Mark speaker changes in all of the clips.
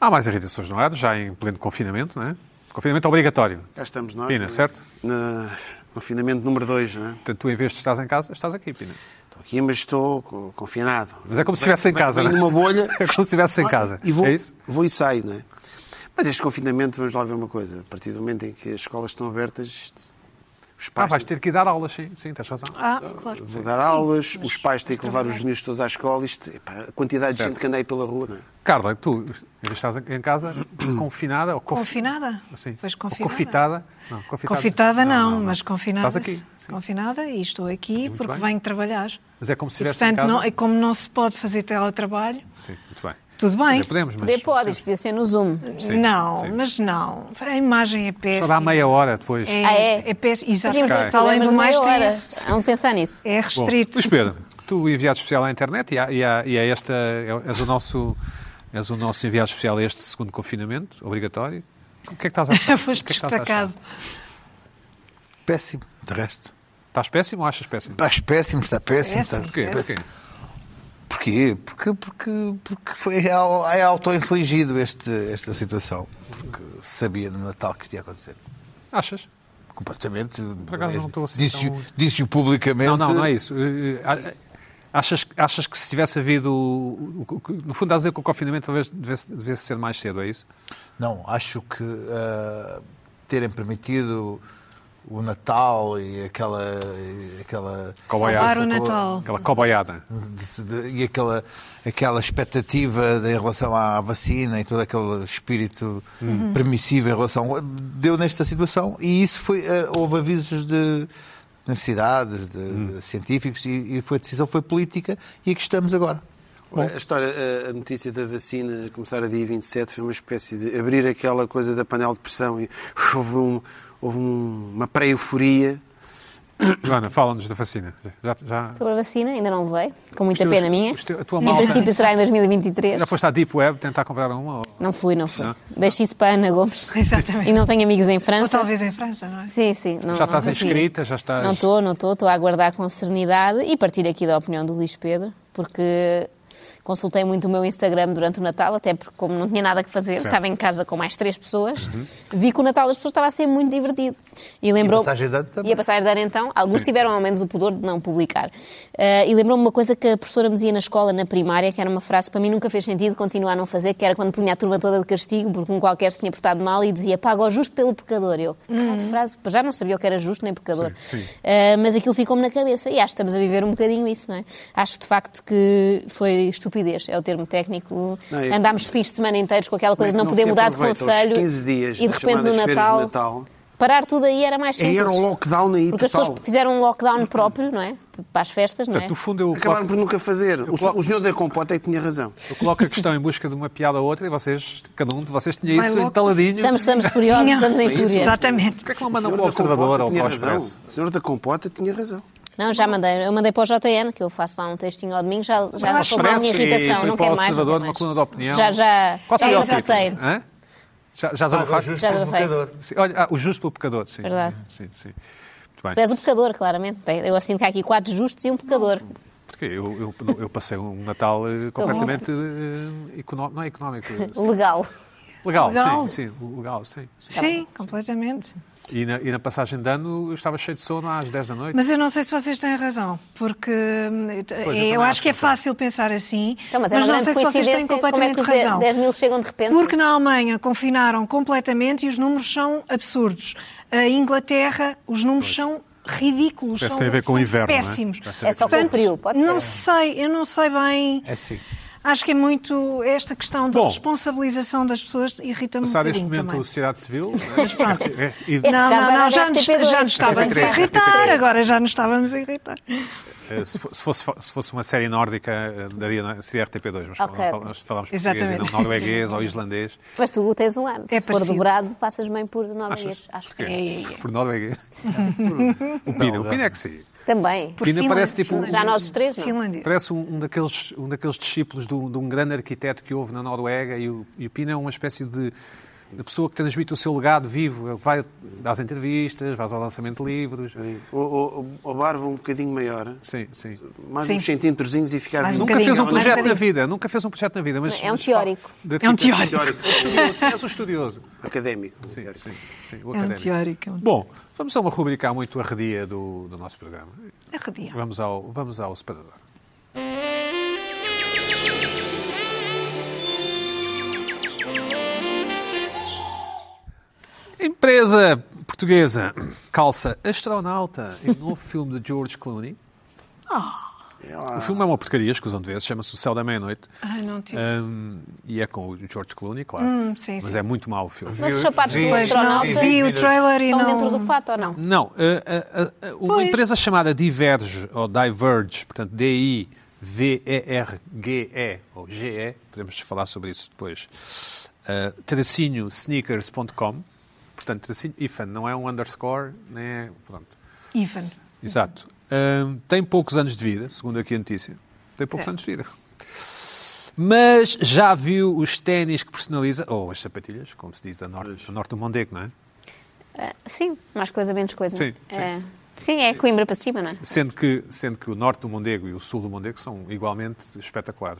Speaker 1: Há mais irritações no ar, já em pleno confinamento, não é? Confinamento obrigatório.
Speaker 2: Cá estamos nós.
Speaker 1: Pina,
Speaker 2: né?
Speaker 1: certo?
Speaker 2: Na- Confinamento número 2, né?
Speaker 1: Portanto, tu, em vez de estás em casa, estás aqui, Pina.
Speaker 2: Estou aqui, mas estou co- confinado.
Speaker 1: Mas é como se estivesse em casa,
Speaker 2: Venho
Speaker 1: não é?
Speaker 2: numa bolha.
Speaker 1: É como se estivesse em
Speaker 2: Olha,
Speaker 1: casa.
Speaker 2: Ah, E vou,
Speaker 1: É isso?
Speaker 2: vou e saio, né? Mas este confinamento, vamos lá ver uma coisa. A partir do momento em que as escolas estão abertas, isto- os
Speaker 1: Ah,
Speaker 2: pais.
Speaker 1: vais ter que ir dar aulas, sim. Sim, tens razão.
Speaker 3: Ah, claro.
Speaker 2: Vou dar aulas, os pais
Speaker 3: é
Speaker 2: têm que levar os miúdos todos à escola. Isto, epá, a quantidade de gente que anda aí pela rua, né?
Speaker 1: Carla, tu estás em casa confinada ou conf-
Speaker 3: Confinada?
Speaker 1: Sim.
Speaker 3: Pois
Speaker 1: Ou
Speaker 3: confinada.
Speaker 1: confitada? Não, confitada.
Speaker 3: Confitada não, mas confinada.
Speaker 1: Estás aqui.
Speaker 3: sim. Confinada e estou aqui
Speaker 1: Muito
Speaker 3: porque
Speaker 1: bem.
Speaker 3: venho trabalhar.
Speaker 1: Mas é como se
Speaker 3: E,
Speaker 1: estivesse em
Speaker 3: portanto,
Speaker 1: casa.
Speaker 3: não, e como não se pode fazer teletrabalho,
Speaker 1: Sim, muito bem.
Speaker 3: tudo
Speaker 1: Quer
Speaker 3: bem.
Speaker 1: dizer, podemos, mas...
Speaker 4: Poder pode, isto podia ser no Zoom.
Speaker 1: Sim,
Speaker 3: não,
Speaker 1: sim.
Speaker 3: mas não. A imagem é péssima.
Speaker 1: Só dá meia hora depois.
Speaker 3: É,
Speaker 4: Ah, é?
Speaker 3: é péssima.
Speaker 4: Fazíamos
Speaker 3: Exato.
Speaker 4: uns
Speaker 3: Para Além
Speaker 4: programas
Speaker 3: do
Speaker 4: de
Speaker 3: mais,
Speaker 4: meia hora.
Speaker 3: sim,
Speaker 4: Há um de pensar nisso.
Speaker 3: é
Speaker 1: Bom,
Speaker 3: restrito.
Speaker 1: Luís Pedro, tu enviado especial à internet e, há- e, há- e é esta, é- és o nosso, és o nosso enviado especial a este segundo confinamento, obrigatório. O que é que estás a achar?
Speaker 3: Foste
Speaker 1: O que é que estás a achar?
Speaker 3: destacado.
Speaker 5: Péssimo, de resto.
Speaker 1: Estás péssimo ou achas péssimo?
Speaker 5: Estás péssimo, está péssimo. está-
Speaker 3: Péssimo.
Speaker 1: Porquê? Porquê?
Speaker 5: Porquê? Porque, porque, porque foi, au- é auto-infligido este, esta situação. Porque sabia no Natal que isto ia acontecer.
Speaker 1: Achas?
Speaker 5: Completamente. Por
Speaker 1: acaso não estou assim
Speaker 5: Disse-o
Speaker 1: tão-
Speaker 5: disse-o publicamente.
Speaker 1: Não, não, não é isso. Eh, eh, Achas, achas que se tivesse havido. o- o- o- No fundo, estás a dizer que o confinamento talvez devesse, devesse ser mais cedo, é isso?
Speaker 5: Não, acho que ah, terem permitido o Natal e aquela. e aquela
Speaker 3: Salvar o
Speaker 4: Oh.
Speaker 3: Natal.
Speaker 1: Aquela coboiada.
Speaker 5: de- de- e aquela, aquela expectativa de- em relação à vacina e todo aquele espírito permissivo em relação. deu nesta situação e isso foi. eh, houve avisos de universidades, de, de científicos e, e foi, a decisão foi política e aqui estamos agora.
Speaker 2: A história, a- a notícia da vacina começar a dia 27 foi uma espécie de abrir aquela coisa da panela de pressão e houve, um- houve um- uma pré-euforia.
Speaker 1: Joana, fala-nos da vacina. Já, já,
Speaker 4: Sobre a vacina, ainda não veio, com muita
Speaker 1: Os teus-
Speaker 4: é pena minha.
Speaker 1: os teus- a tua
Speaker 4: em
Speaker 1: é malta-
Speaker 4: princípio será em 2023.
Speaker 1: já foste à Deep Web tentar comprar uma? Ou...
Speaker 4: Não fui, não fui.
Speaker 1: Não?
Speaker 4: Deixei isso para a Ana Gomes.
Speaker 3: Exatamente.
Speaker 4: E não tenho amigos em
Speaker 3: Ou
Speaker 4: França.
Speaker 3: talvez em França, não é?
Speaker 4: Sim, sim. Não,
Speaker 1: Já
Speaker 4: não
Speaker 1: estás
Speaker 4: consegui.
Speaker 1: inscrita, já estás-
Speaker 4: Não estou, não estou. Estou a aguardar com serenidade e partilho aqui da opinião do Luís Pedro, porque consultei muito o meu Instagram durante o Natal, até porque como não tinha nada que fazer, estava em casa com mais três pessoas,
Speaker 1: Uhum.
Speaker 4: vi que o Natal das pessoas estava a ser muito divertido. E lembrou...
Speaker 5: passagem de ano também.
Speaker 4: E a passagem de ano, então, alguns tiveram ao menos o pudor de não publicar. Eh, e lembrou-me uma coisa que a professora me dizia na escola, na primária, que era uma frase que para mim nunca fez sentido continuar a não fazer, que era quando punha a turma toda de castigo, porque um qualquer se tinha portado mal e dizia paga ao justo pelo pecador. Eu, que raio de frase, já não sabia o que era justo nem pecador.
Speaker 1: Sim, sim.
Speaker 4: Eh, mas aquilo ficou-me na cabeça e acho que estamos a viver um bocadinho isso, não é? Acho de facto que foi estupidez, é o termo técnico.
Speaker 2: Não, e-
Speaker 4: Andámos fins de semana inteiros com aquela coisa de não,
Speaker 2: Como é
Speaker 4: poder
Speaker 2: que
Speaker 4: mudar de
Speaker 2: se aproveita os
Speaker 4: conselho
Speaker 2: 15 dias
Speaker 4: e de
Speaker 2: das
Speaker 4: repente no
Speaker 2: chamadas feiras de
Speaker 4: Natal,
Speaker 2: Natal?
Speaker 4: Parar tudo aí era mais simples.
Speaker 2: Era um lockdown aí
Speaker 4: Porque as
Speaker 2: total.
Speaker 4: pessoas fizeram um lockdown próprio, não é? Para as festas, não
Speaker 1: Uhum.
Speaker 4: é?
Speaker 1: Portanto, no fundo, eu
Speaker 2: Acabaram
Speaker 1: coloco,
Speaker 2: por nunca fazer. O,
Speaker 1: coloco-
Speaker 2: o senhor da compota é que tinha razão.
Speaker 1: eu coloco a questão em busca de uma piada ou outra e vocês, cada um de vocês tinha
Speaker 3: Vai
Speaker 1: isso
Speaker 3: logo.
Speaker 1: entaladinho.
Speaker 4: Estamos, estamos furiosos, estamos em fúria.
Speaker 3: Exatamente.
Speaker 1: Porquê é que não mandam
Speaker 2: senhor
Speaker 1: para o
Speaker 2: da
Speaker 1: Observador
Speaker 2: compota
Speaker 1: ou
Speaker 2: tinha
Speaker 1: para o
Speaker 2: razão.
Speaker 1: Expresso?
Speaker 2: O senhor da compota tinha razão.
Speaker 4: Não, já mandei. Eu mandei para o JN, que eu faço lá um textinho ao domingo, já, já
Speaker 1: Ao
Speaker 4: soube lá a minha
Speaker 1: Expresso e
Speaker 4: irritação.
Speaker 1: para
Speaker 4: Não
Speaker 1: o
Speaker 4: quero mais. não
Speaker 1: Observador,
Speaker 4: quero
Speaker 1: numa
Speaker 4: mais.
Speaker 1: coluna de opinião.
Speaker 4: Já, já.
Speaker 1: Qual seria
Speaker 4: É, já
Speaker 1: o título?
Speaker 4: passei.
Speaker 1: Hã? Já, já desabafaste?
Speaker 4: Já desabafei.
Speaker 1: Sim, olha, ah, o justo pelo pecador, sim.
Speaker 4: Verdade.
Speaker 1: Sim, sim. Muito bem.
Speaker 4: Tu és um o pecador, claramente. Tem- Eu assino que há aqui quatro justos e um pecador.
Speaker 1: Porque eu, eu, eu passei um Natal eh, completamente eh, econó- não é económico.
Speaker 4: Legal.
Speaker 1: Legal, sim,
Speaker 3: Legal.
Speaker 1: sim, legal, sim. sim.
Speaker 3: Sim, completamente.
Speaker 1: E, na, e na passagem de ano eu estava cheio de sono às 10 da noite.
Speaker 3: Mas eu não sei se vocês têm razão, porque hum, eu, t-
Speaker 1: Pois, eu
Speaker 3: eu
Speaker 1: também
Speaker 3: acho,
Speaker 1: acho
Speaker 3: que é
Speaker 1: que não.
Speaker 3: fácil pensar assim,
Speaker 4: Então,
Speaker 3: mas,
Speaker 4: mas é uma
Speaker 3: não
Speaker 4: grande
Speaker 3: sei se vocês têm
Speaker 4: coincidência. Como é
Speaker 3: completamente
Speaker 4: que os então?
Speaker 3: razão.
Speaker 4: 10 mil chegam de repente?
Speaker 3: Porque na Alemanha confinaram completamente e os números são absurdos. A Inglaterra, os números são ridículos,
Speaker 1: Parece
Speaker 3: são,
Speaker 1: que tem a ver com o
Speaker 3: são
Speaker 1: inverno, não é?
Speaker 3: péssimos.
Speaker 1: Parece que tem a
Speaker 4: É
Speaker 1: ver
Speaker 4: só
Speaker 1: com
Speaker 4: com
Speaker 1: isso.
Speaker 4: frio, pode
Speaker 3: Não
Speaker 4: ser.
Speaker 3: sei, eu não sei bem.
Speaker 5: É sim.
Speaker 3: Acho que é muito esta questão da
Speaker 1: Bom.
Speaker 3: responsabilização das pessoas irrita-me um
Speaker 1: Passar este
Speaker 3: bocadinho
Speaker 1: momento
Speaker 3: também.
Speaker 1: a sociedade civil. é,
Speaker 3: pronto.
Speaker 1: eh, e-
Speaker 4: Este
Speaker 3: Não,
Speaker 4: caso
Speaker 3: não,
Speaker 4: vai dar
Speaker 3: não, já nos,
Speaker 4: RTP2.
Speaker 3: já nos estávamos a
Speaker 4: RTP3.
Speaker 3: irritar, agora já nos estávamos a irritar.
Speaker 1: Eh, se, fo- se fosse, fa- se fosse uma série nórdica, eh, daria, na- seria RTP2, mas
Speaker 4: Ok.
Speaker 1: fal- nós falámos português e não
Speaker 3: Exatamente.
Speaker 1: norueguês ou islandês.
Speaker 4: Mas tu tens um ano.
Speaker 3: É
Speaker 4: Se for
Speaker 3: parecido.
Speaker 4: dobrado, passas bem por norueguês. Acho
Speaker 1: Porquê?
Speaker 4: que
Speaker 3: É,
Speaker 1: Por norueguês. o Pina, o Pina é que sim.
Speaker 4: Também.
Speaker 1: Pina
Speaker 3: Finlândia.
Speaker 1: parece tipo um-
Speaker 4: Já nós os três, não?
Speaker 3: Finlândia.
Speaker 1: Parece um, um daqueles, um daqueles discípulos de um, de um grande arquiteto que houve na Noruega e o, e o Pina é uma espécie de a pessoa que transmite o seu legado vivo, é o que vai às entrevistas, vais ao lançamento de livros.
Speaker 2: Sim. O, o, o barba um bocadinho maior,
Speaker 1: Sim, sim.
Speaker 2: mais
Speaker 3: Sim.
Speaker 2: uns centímetrozinhos e fica a
Speaker 3: Mais
Speaker 2: ver.
Speaker 3: um
Speaker 1: Nunca fez um
Speaker 3: Bocadinho, mas
Speaker 1: projeto na
Speaker 3: bocadinho.
Speaker 1: vida, nunca fez um projeto na vida, mas...
Speaker 4: É um
Speaker 1: mas-
Speaker 4: teórico.
Speaker 1: de-
Speaker 3: É um teórico.
Speaker 2: Teórico,
Speaker 1: Estudioso, és um estudioso.
Speaker 2: académico.
Speaker 1: Sim, sim, sim, o
Speaker 3: É um
Speaker 1: académico.
Speaker 3: teórico. é um-
Speaker 1: Bom, vamos a uma rubrica muito arredia do, do nosso programa.
Speaker 3: É radial.
Speaker 1: Vamos ao, vamos ao separador. Empresa portuguesa calça astronauta em novo filme de George Clooney.
Speaker 2: É lá.
Speaker 3: Ah.
Speaker 1: O filme é uma porcaria, escusam de vezes, chama-se O Céu da Meia-Noite.
Speaker 3: Ai, não tive.
Speaker 1: Hum, e é com o George Clooney, claro.
Speaker 3: Hum, sim,
Speaker 1: mas
Speaker 3: sim.
Speaker 1: é muito mau o filme.
Speaker 4: Mas os sapatos do
Speaker 3: Pois não,
Speaker 4: astronauta
Speaker 3: vi o trailer e
Speaker 4: estão
Speaker 3: não...
Speaker 4: dentro do fato ou não?
Speaker 1: Não, eh, a- a- a- uma
Speaker 3: Pois.
Speaker 1: empresa chamada Diverge, ou Diverge, portanto D-I-V-E-R-G-E, ou G-E, podemos falar sobre isso depois, ah, tracinho sneakers.com, portanto, tracinho, ifan, não é um underscore, nem é, pronto,
Speaker 3: Ivan.
Speaker 1: exato. Ah, tem poucos anos de vida, segundo aqui a notícia, tem poucos
Speaker 3: É.
Speaker 1: anos de vida. Mas já viu os ténis que personaliza, ou as sapatilhas, como se diz a norte, a norte do Mondego, não é?
Speaker 4: Ah, Sim, mais coisa, menos coisa.
Speaker 1: Sim, sim.
Speaker 4: Ah, Sim, é Coimbra para cima, não é?
Speaker 1: Sendo que, sendo que o norte do Mondego e o sul do Mondego são igualmente espetaculares.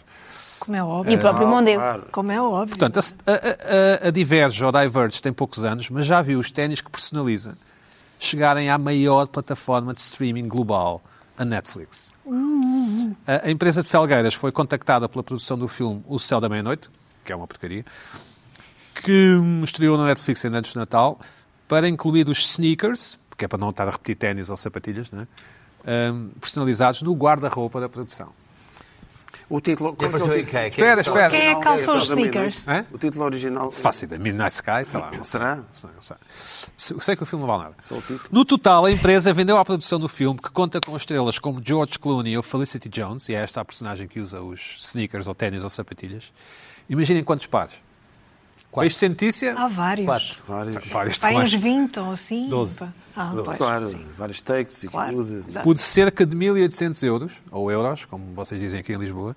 Speaker 3: Como é
Speaker 4: E
Speaker 3: óbvio.
Speaker 4: o próprio Mondego.
Speaker 2: Claro.
Speaker 3: Como é óbvio.
Speaker 1: Portanto, a, a, a- a Diverge ou Diverge tem poucos anos, mas já viu os ténis que personaliza chegarem à maior plataforma de streaming global, a Netflix. A, a empresa de Felgueiras foi contactada pela produção do filme O Céu da Meia-Noite, que é uma porcaria, que hum, estreou na Netflix em antes de Natal, para incluir os sneakers, porque é para não estar a repetir ténis ou sapatilhas, né? Hum, personalizados no guarda-roupa da produção.
Speaker 2: O título. qual é que é o
Speaker 5: Apareceu
Speaker 2: título?
Speaker 5: IKEA.
Speaker 1: tipo Espera, espera.
Speaker 3: Quem é que calçou os
Speaker 2: Só da meia-noite?
Speaker 3: sneakers?
Speaker 1: Hã?
Speaker 2: O título original.
Speaker 1: Fácil, da Midnight Sky, sei lá.
Speaker 2: Será?
Speaker 1: Não sei. Se- Sei que o filme não vale nada.
Speaker 2: Só o título.
Speaker 1: No total, a empresa vendeu à produção do filme, que conta com estrelas como George Clooney ou Felicity Jones, e é esta a personagem que usa os sneakers ou ténis ou sapatilhas. Imaginem quantos pares. Quais sentícia?
Speaker 3: Há vários.
Speaker 5: Quatro.
Speaker 2: Vários.
Speaker 1: Vários
Speaker 3: Vai uns
Speaker 1: também.
Speaker 3: 20 ou assim.
Speaker 1: Doze.
Speaker 3: Ah, pois.
Speaker 2: Claro, vários takes e
Speaker 3: Claro.
Speaker 2: usas.
Speaker 3: Exato.
Speaker 1: Por cerca de 1.800 euros, ou euros, como vocês dizem aqui em Lisboa.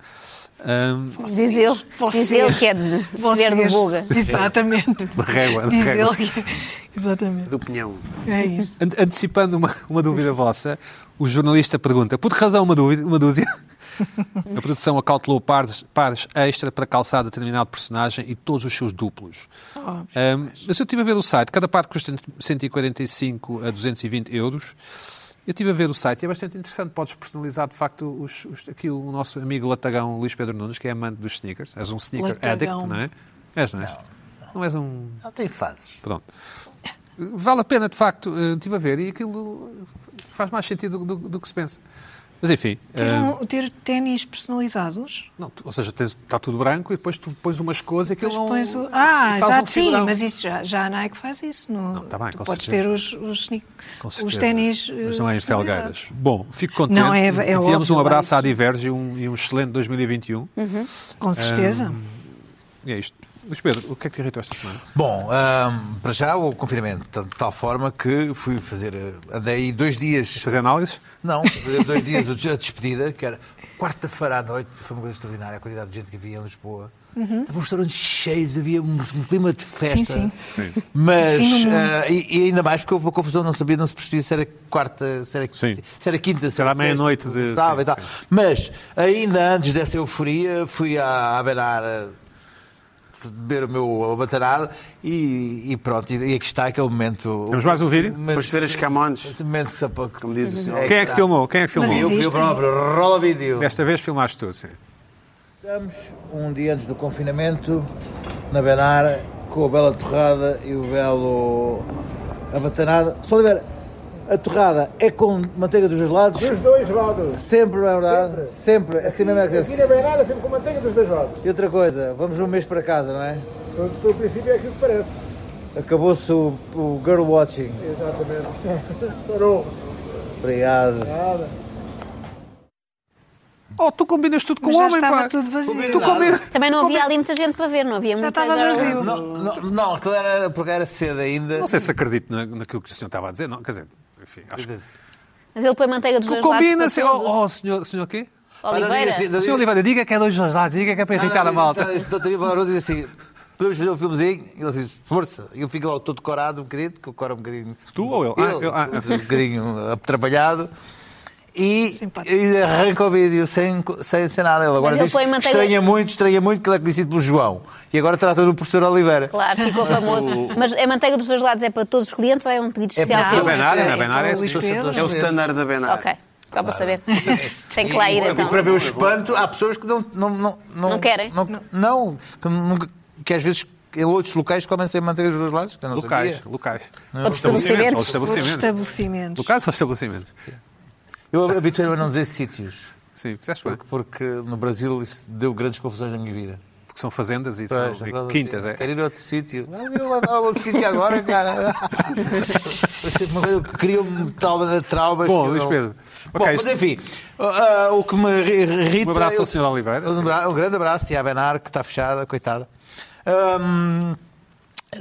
Speaker 1: Hum, Ahm,
Speaker 4: Diz ele. Diz ele que é de se ver do
Speaker 3: Vocês.
Speaker 4: Buga.
Speaker 3: Exatamente.
Speaker 1: Da régua, da
Speaker 3: Diz
Speaker 1: régua.
Speaker 3: ele que... é- Exatamente.
Speaker 2: Do pinhão.
Speaker 3: É isso.
Speaker 1: An- Antecipando uma, uma dúvida vossa, o jornalista pergunta: por que razão uma, dúvida, uma dúzia? A produção acautelou pares, pares extra para calçar determinado personagem e todos os seus duplos. Ahm, mas eu estive a ver o site, cada parte custa entre 145 a 220 euros. Eu estive a ver o site e é bastante interessante. Podes personalizar, de facto, os, os- aqui o nosso amigo latagão Luís Pedro Nunes, que é amante dos sneakers. És um sneaker
Speaker 3: Latagão.
Speaker 1: addict, não é? És, não és? não és um
Speaker 5: Não tem fases.
Speaker 1: Pronto. Vale a pena, de facto, eh, estive a ver e aquilo faz mais sentido do, do que se pensa. Mas enfim,
Speaker 3: Ter,
Speaker 1: eh,
Speaker 3: um, ter ténis personalizados?
Speaker 1: não, tu- ou seja, tens- está tudo branco e depois tu pões umas cores e aquilo
Speaker 3: Depois
Speaker 1: não.
Speaker 3: pões o... Ah,
Speaker 1: e faz
Speaker 3: já
Speaker 1: um
Speaker 3: sim,
Speaker 1: figurão.
Speaker 3: mas isso já, já a Nike faz isso. No...
Speaker 1: Não, tá bem,
Speaker 3: tu
Speaker 1: com
Speaker 3: podes
Speaker 1: certeza.
Speaker 3: ter os, os, sneak-
Speaker 1: Com
Speaker 3: os
Speaker 1: certeza.
Speaker 3: ténis.
Speaker 1: Mas
Speaker 3: eh,
Speaker 1: não é em
Speaker 3: personalizados.
Speaker 1: Felgueiras. Bom, fico contente.
Speaker 3: Não, é- é
Speaker 1: Enviamos
Speaker 3: óbvio,
Speaker 1: um abraço
Speaker 3: é
Speaker 1: à Diverge e um, e um excelente 2021.
Speaker 3: Com certeza.
Speaker 1: E é isto. Luís Pedro, o que é que te irritou esta semana?
Speaker 5: Bom, ahm, para já o confinamento, de tal forma que fui fazer. eh, Andei dois dias.
Speaker 1: Fazer análises?
Speaker 5: Não, fazer dois dias a despedida, que era quarta-feira à noite, foi uma coisa extraordinária, a quantidade de gente que havia em Lisboa.
Speaker 3: Uhum.
Speaker 5: Havia restaurantes cheios, havia um, um clima de festa.
Speaker 3: Sim,
Speaker 5: Mas,
Speaker 3: Fim do mundo.
Speaker 5: ah, e, e ainda mais porque houve uma confusão, não sabia, não se percebia se era quarta, se era,
Speaker 1: Sim.
Speaker 5: se era quinta, se
Speaker 1: Era
Speaker 5: era
Speaker 1: à meia-noite de-
Speaker 5: sábado e
Speaker 1: sim,
Speaker 5: tal. Mas, ainda antes dessa euforia, fui à, à Benar beber o meu abatarado e, e pronto, e, e aqui está aquele momento.
Speaker 1: Temos mais um vídeo?
Speaker 5: Momento-
Speaker 2: Depois de ver as Camões,
Speaker 5: Esse momento que se apaga.
Speaker 2: como diz o senhor.
Speaker 5: É
Speaker 1: Quem é que filmou? Quem é que filmou?
Speaker 5: Eu fui o
Speaker 3: Existe.
Speaker 5: próprio, rola vídeo.
Speaker 1: Desta vez filmaste tudo, sim.
Speaker 5: Estamos um dia antes do confinamento na Benar com a bela torrada e o belo abatanado. Só Oliveira, a torrada é com manteiga dos dois lados?
Speaker 6: Dos dois lados.
Speaker 5: Sempre, não é verdade? Sempre, assim mesmo é que deve
Speaker 6: Aqui
Speaker 5: ser.
Speaker 6: na beirada sempre com manteiga dos dois lados.
Speaker 5: E outra coisa, vamos um mês para casa, não é?
Speaker 6: O princípio é aquilo que parece.
Speaker 5: Acabou-se o, o girl watching.
Speaker 6: Exatamente. Parou.
Speaker 5: Obrigado.
Speaker 6: Nada.
Speaker 1: Oh, tu combinas tudo com
Speaker 3: Mas
Speaker 1: o
Speaker 3: já
Speaker 1: homem,
Speaker 3: estava
Speaker 1: pá.
Speaker 3: tudo vazio.
Speaker 1: Tu combinas.
Speaker 4: Também não havia ali muita gente para ver, não havia muito
Speaker 3: estava vazio.
Speaker 5: Não, não, não, aquilo era porque era cedo ainda.
Speaker 1: Não sei se acredito na- naquilo que o senhor estava a dizer, não, quer dizer, enfim, acho que...
Speaker 4: Mas ele põe manteiga dos dois lados.
Speaker 5: assim,
Speaker 1: Combina-se,
Speaker 4: para todos.
Speaker 1: oh, oh, senhor, senhor quê?
Speaker 5: Ah, não diga
Speaker 4: Oliveira.
Speaker 5: assim,
Speaker 1: senhor
Speaker 5: não diga- Ah,
Speaker 1: Oliveira, diga que é dois lados, diga que é para irritar a malta.
Speaker 5: então, Não, não, isso- isso- doutor Ibarroso diz assim, podemos fazer um filmezinho? E ele diz, força. E eu fico lá todo decorado um bocadinho, que ele decora um bocadinho.
Speaker 1: Tu ou ele? Ah,
Speaker 5: Ele,
Speaker 1: eu- ah, ah.
Speaker 5: um bocadinho trabalhado. E,
Speaker 3: Simpático.
Speaker 5: e arranca o vídeo sem, sem, sem nada. Ele agora
Speaker 4: ele
Speaker 5: diz,
Speaker 4: põe manteiga-
Speaker 5: estranha muito, estranha muito, que ele é conhecido pelo João. E agora trata do professor Oliveira.
Speaker 4: Claro, ficou famoso. Mas a manteiga dos dois lados é para todos os clientes ou é um pedido especial
Speaker 3: para
Speaker 4: teu?
Speaker 3: todos.
Speaker 1: Benar, na Benar é
Speaker 3: É o Luís
Speaker 1: assim.
Speaker 3: Pedro.
Speaker 2: É o standard da Benar.
Speaker 4: Ok, só para saber. Tem que lá ir
Speaker 5: E
Speaker 4: então.
Speaker 5: para meu espanto, há pessoas que não. Não, não,
Speaker 4: Não querem?
Speaker 5: Não, não, que, nunca- que às vezes em outros locais comem sem manteiga dos dois lados. Que eu não
Speaker 1: Locais,
Speaker 5: Sabia.
Speaker 1: locais.
Speaker 4: Outros
Speaker 1: Ou
Speaker 4: estabelecimentos.
Speaker 3: Outros
Speaker 1: estabelecimentos.
Speaker 3: estabelecimentos.
Speaker 1: Locais ou estabelecimentos?
Speaker 5: Eu habituei-me a não dizer sítios,
Speaker 1: Sim, fizeste bem.
Speaker 5: porque, porque no Brasil isso deu grandes confusões na minha vida.
Speaker 1: Porque são fazendas e
Speaker 5: Pois,
Speaker 1: são
Speaker 5: agora
Speaker 1: quintas,
Speaker 5: assim,
Speaker 1: é.
Speaker 5: Quero ir a outro sítio. Ah, Eu vou a outro sítio agora, cara. Eu sempre me- Eu queria um tal de traumas.
Speaker 1: Bom,
Speaker 5: que eu
Speaker 1: Luís
Speaker 5: não-
Speaker 1: Pedro,
Speaker 5: Bom,
Speaker 1: ok,
Speaker 5: mas
Speaker 1: isto-
Speaker 5: enfim, ah, o que me irrita.
Speaker 1: Um abraço
Speaker 5: eu-
Speaker 1: ao Sr. Oliveira.
Speaker 5: Um, abra- um grande abraço e à Benar, que está fechada, coitada. Ahm,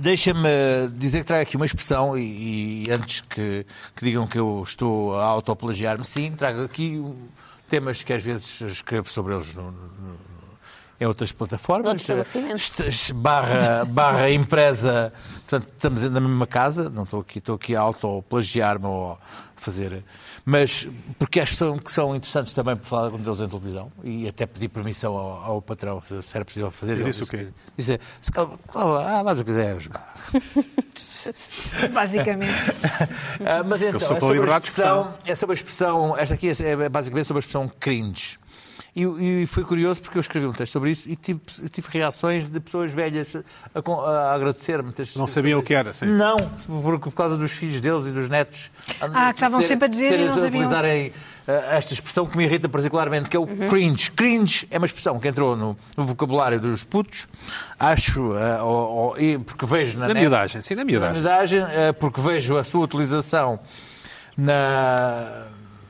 Speaker 5: Deixa-me dizer que trago aqui uma expressão e, e antes que, que digam que eu estou a autoplagiar-me, sim, trago aqui um- temas que às vezes escrevo sobre eles no- no- em outras plataformas.
Speaker 4: Noutros estabelecimentos.
Speaker 5: Este- este- Barra, barra empresa, portanto, estamos na mesma casa, não estou aqui, estou aqui a autoplagiar-me ou a fazer, mas porque acho que são, que são interessantes também para falar com eles em televisão e até pedir permissão ao, ao patrão se- se era possível fazer. Ele
Speaker 1: disse o
Speaker 5: disse
Speaker 1: quê?
Speaker 5: que- Disse, ah, mais o que quiseres.
Speaker 3: Basicamente.
Speaker 5: Ah, mas então,
Speaker 1: sou
Speaker 5: é
Speaker 1: pela
Speaker 5: sobre, a
Speaker 1: liberdade de
Speaker 5: expressão, é sobre a expressão, esta aqui é é basicamente sobre a expressão cringe. E, e foi curioso porque eu escrevi um texto sobre isso e tive, tive reações de pessoas velhas a, con- a agradecer-me. textos
Speaker 1: Não
Speaker 5: sobre
Speaker 1: sabiam o
Speaker 5: isso.
Speaker 1: que era, sim.
Speaker 5: Não, por, por causa dos filhos deles e dos netos.
Speaker 3: Ah, que estavam
Speaker 5: ser-
Speaker 3: sempre a dizer e
Speaker 5: serem-
Speaker 3: não sabiam.
Speaker 5: utilizarem ah, esta expressão que me irrita particularmente, que é o
Speaker 3: Uhum.
Speaker 5: cringe. Cringe é uma expressão que entrou no, no vocabulário dos putos, acho, ah, ou- ou- e- porque vejo na,
Speaker 1: Na
Speaker 5: net-
Speaker 1: miudagem, sim, na miudagem.
Speaker 5: abordagem, eh, porque vejo a sua utilização na-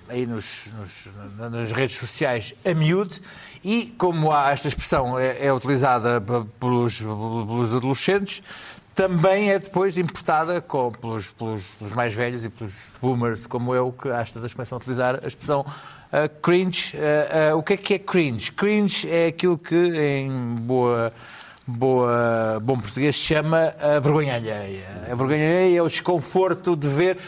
Speaker 5: aí nos- nos- na- nas redes sociais a miúdo e como há esta expressão é, é utilizada p- pelos, pelos adolescentes, também é depois importada com- pelos, pelos- pelos mais velhos e pelos boomers como eu, que às tantas começam a utilizar a expressão ah, cringe. Ah, ah, o que é que é cringe? Cringe é aquilo que em boa boa, bom português se chama a vergonha alheia. A vergonha alheia é o desconforto de ver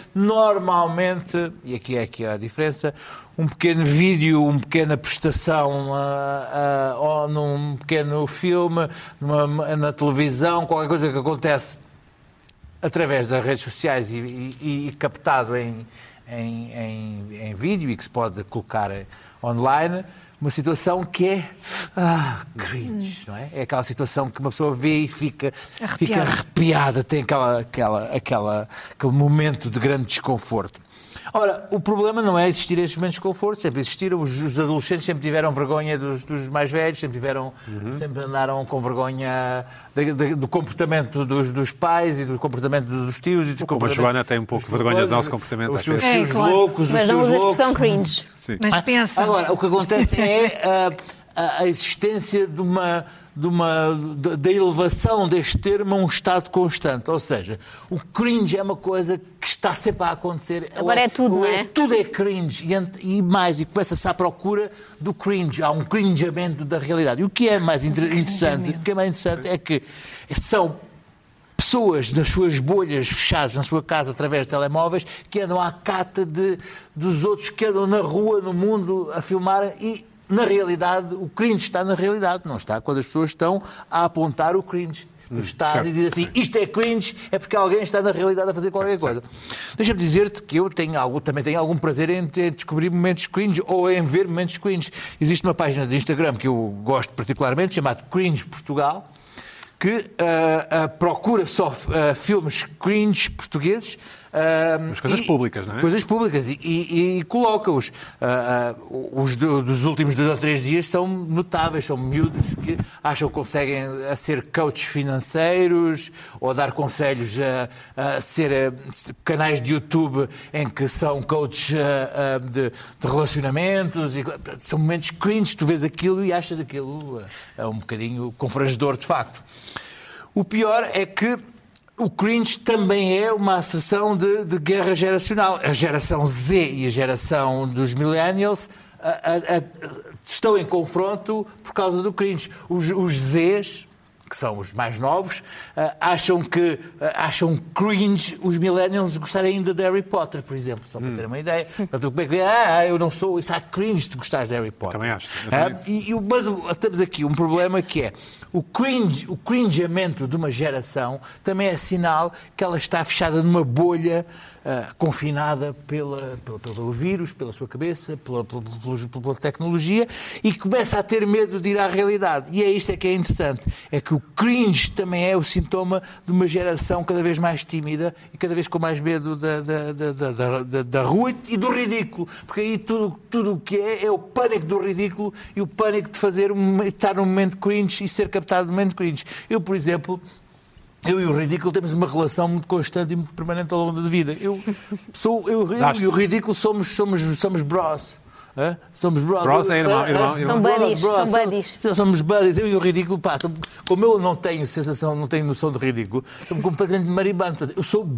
Speaker 5: normalmente, e aqui é que há a diferença, um pequeno vídeo, uma pequena prestação ah, ah, ou num pequeno filme, numa- na televisão, qualquer coisa que acontece através das redes sociais e, e- e captado em, em, em- em vídeo e que se pode colocar eh, online, uma situação que é ah, cringe, não é? É aquela situação que uma pessoa vê e fica
Speaker 3: Arrepiada.
Speaker 5: fica arrepiada, tem aquela, aquela, aquela, aquele momento de grande desconforto. Ora, o problema não é existir estes momentos de desconforto, sempre existiram, os, os adolescentes sempre tiveram vergonha dos, dos mais velhos, sempre tiveram,
Speaker 1: Uhum.
Speaker 5: sempre andaram com vergonha da- da- do comportamento dos, dos pais e do comportamento dos tios e dos
Speaker 1: Como a
Speaker 5: comportamento-
Speaker 1: Joana tem um pouco
Speaker 5: dos-
Speaker 1: vergonha do
Speaker 5: pois,
Speaker 1: nosso comportamento,
Speaker 5: Os
Speaker 1: às
Speaker 5: seus
Speaker 1: vezes.
Speaker 5: tios
Speaker 3: É, claro.
Speaker 5: loucos, os
Speaker 4: Mas não
Speaker 5: tios
Speaker 4: usa a
Speaker 5: loucos.
Speaker 4: expressão cringe.
Speaker 1: Sim.
Speaker 3: Mas pensa.
Speaker 5: Agora, o que acontece é ah, a, a existência de uma, de uma- de- da elevação deste termo a um estado constante. Ou seja, o cringe é uma coisa que está sempre a acontecer.
Speaker 4: Agora
Speaker 5: Ou-
Speaker 4: é tudo,
Speaker 5: ou
Speaker 4: não é?
Speaker 5: Tudo é cringe. E, ent- e mais, e começa-se à procura do cringe. Há um cringeamento da realidade. E o que é mais inter- interessante, o que é mais interessante é que são pessoas nas suas bolhas fechadas na sua casa através de telemóveis que andam à cata de, dos outros que andam na rua, no mundo, a filmar e. Na realidade, o cringe está na realidade, não está quando as pessoas estão a apontar o cringe. Está a
Speaker 1: certo.
Speaker 5: dizer assim, isto é cringe, é porque alguém está na realidade a fazer qualquer coisa. Deixa-me dizer-te que eu tenho algo, também tenho algum prazer em ter- descobrir momentos cringe ou em ver momentos cringe. Existe uma página de Instagram que eu gosto particularmente, chamada Cringe Portugal, que ah, ah, procura só ah, filmes cringe portugueses. ah,
Speaker 1: Mas coisas
Speaker 5: e-
Speaker 1: públicas, não é?
Speaker 5: Coisas públicas e, e- e coloca-os. Ah, ah, os do- dos últimos dois ou três dias são notáveis, são miúdos que acham que conseguem ah, ser coaches financeiros ou dar conselhos a, a ser ah, se- canais de YouTube em que são coaches ah, ah, de, de relacionamentos. E, co- são momentos cringe, tu vês aquilo e achas aquilo ah, é um bocadinho confrangedor de facto. O pior é que o cringe também é uma asserção de, de guerra geracional. A geração Z e a geração dos millennials a- a- a- estão em confronto por causa do cringe. Os, os Zs, que são os mais novos, ah, acham que ah, acham cringe os millennials gostarem ainda de Harry Potter, por exemplo, só
Speaker 1: Hum.
Speaker 5: para ter uma ideia. Portanto, como é que ah, eu não sou, isso há cringe de gostar de Harry Potter.
Speaker 1: também acho. Eu
Speaker 5: Ah,
Speaker 1: também-
Speaker 5: e, e o- mas o- temos aqui um problema que é o cringe, o cringeamento de uma geração também é sinal que ela está fechada numa bolha ah, confinada pela, pelo, pelo vírus, pela sua cabeça, pela, pela- pela- pela tecnologia e começa a ter medo de ir à realidade. E é isto é que é interessante, é que o cringe também é o sintoma de uma geração cada vez mais tímida e cada vez com mais medo da, da, da, da- da- da- da rua e do ridículo, porque aí tudo tudo o que é é o pânico do ridículo e o pânico de fazer um, estar num momento cringe e ser captado num momento cringe. Eu, por exemplo, eu e o ridículo temos uma relação muito constante e muito permanente ao longo da vida. Eu, sou, eu, eu
Speaker 1: Daste.
Speaker 5: e o ridículo somos, somos, somos bros. Hã? Somos bros.
Speaker 1: Bros é irmão-
Speaker 5: Hã?
Speaker 1: irmão-
Speaker 5: Hã?
Speaker 1: irmão.
Speaker 4: São buddies,
Speaker 5: Bros, bros,
Speaker 4: são buddies.
Speaker 5: se somos buddies, eu e o ridículo, pá, tam- como eu não tenho sensação, não tenho noção de ridículo, estou completamente maribando. Portanto, Eu sou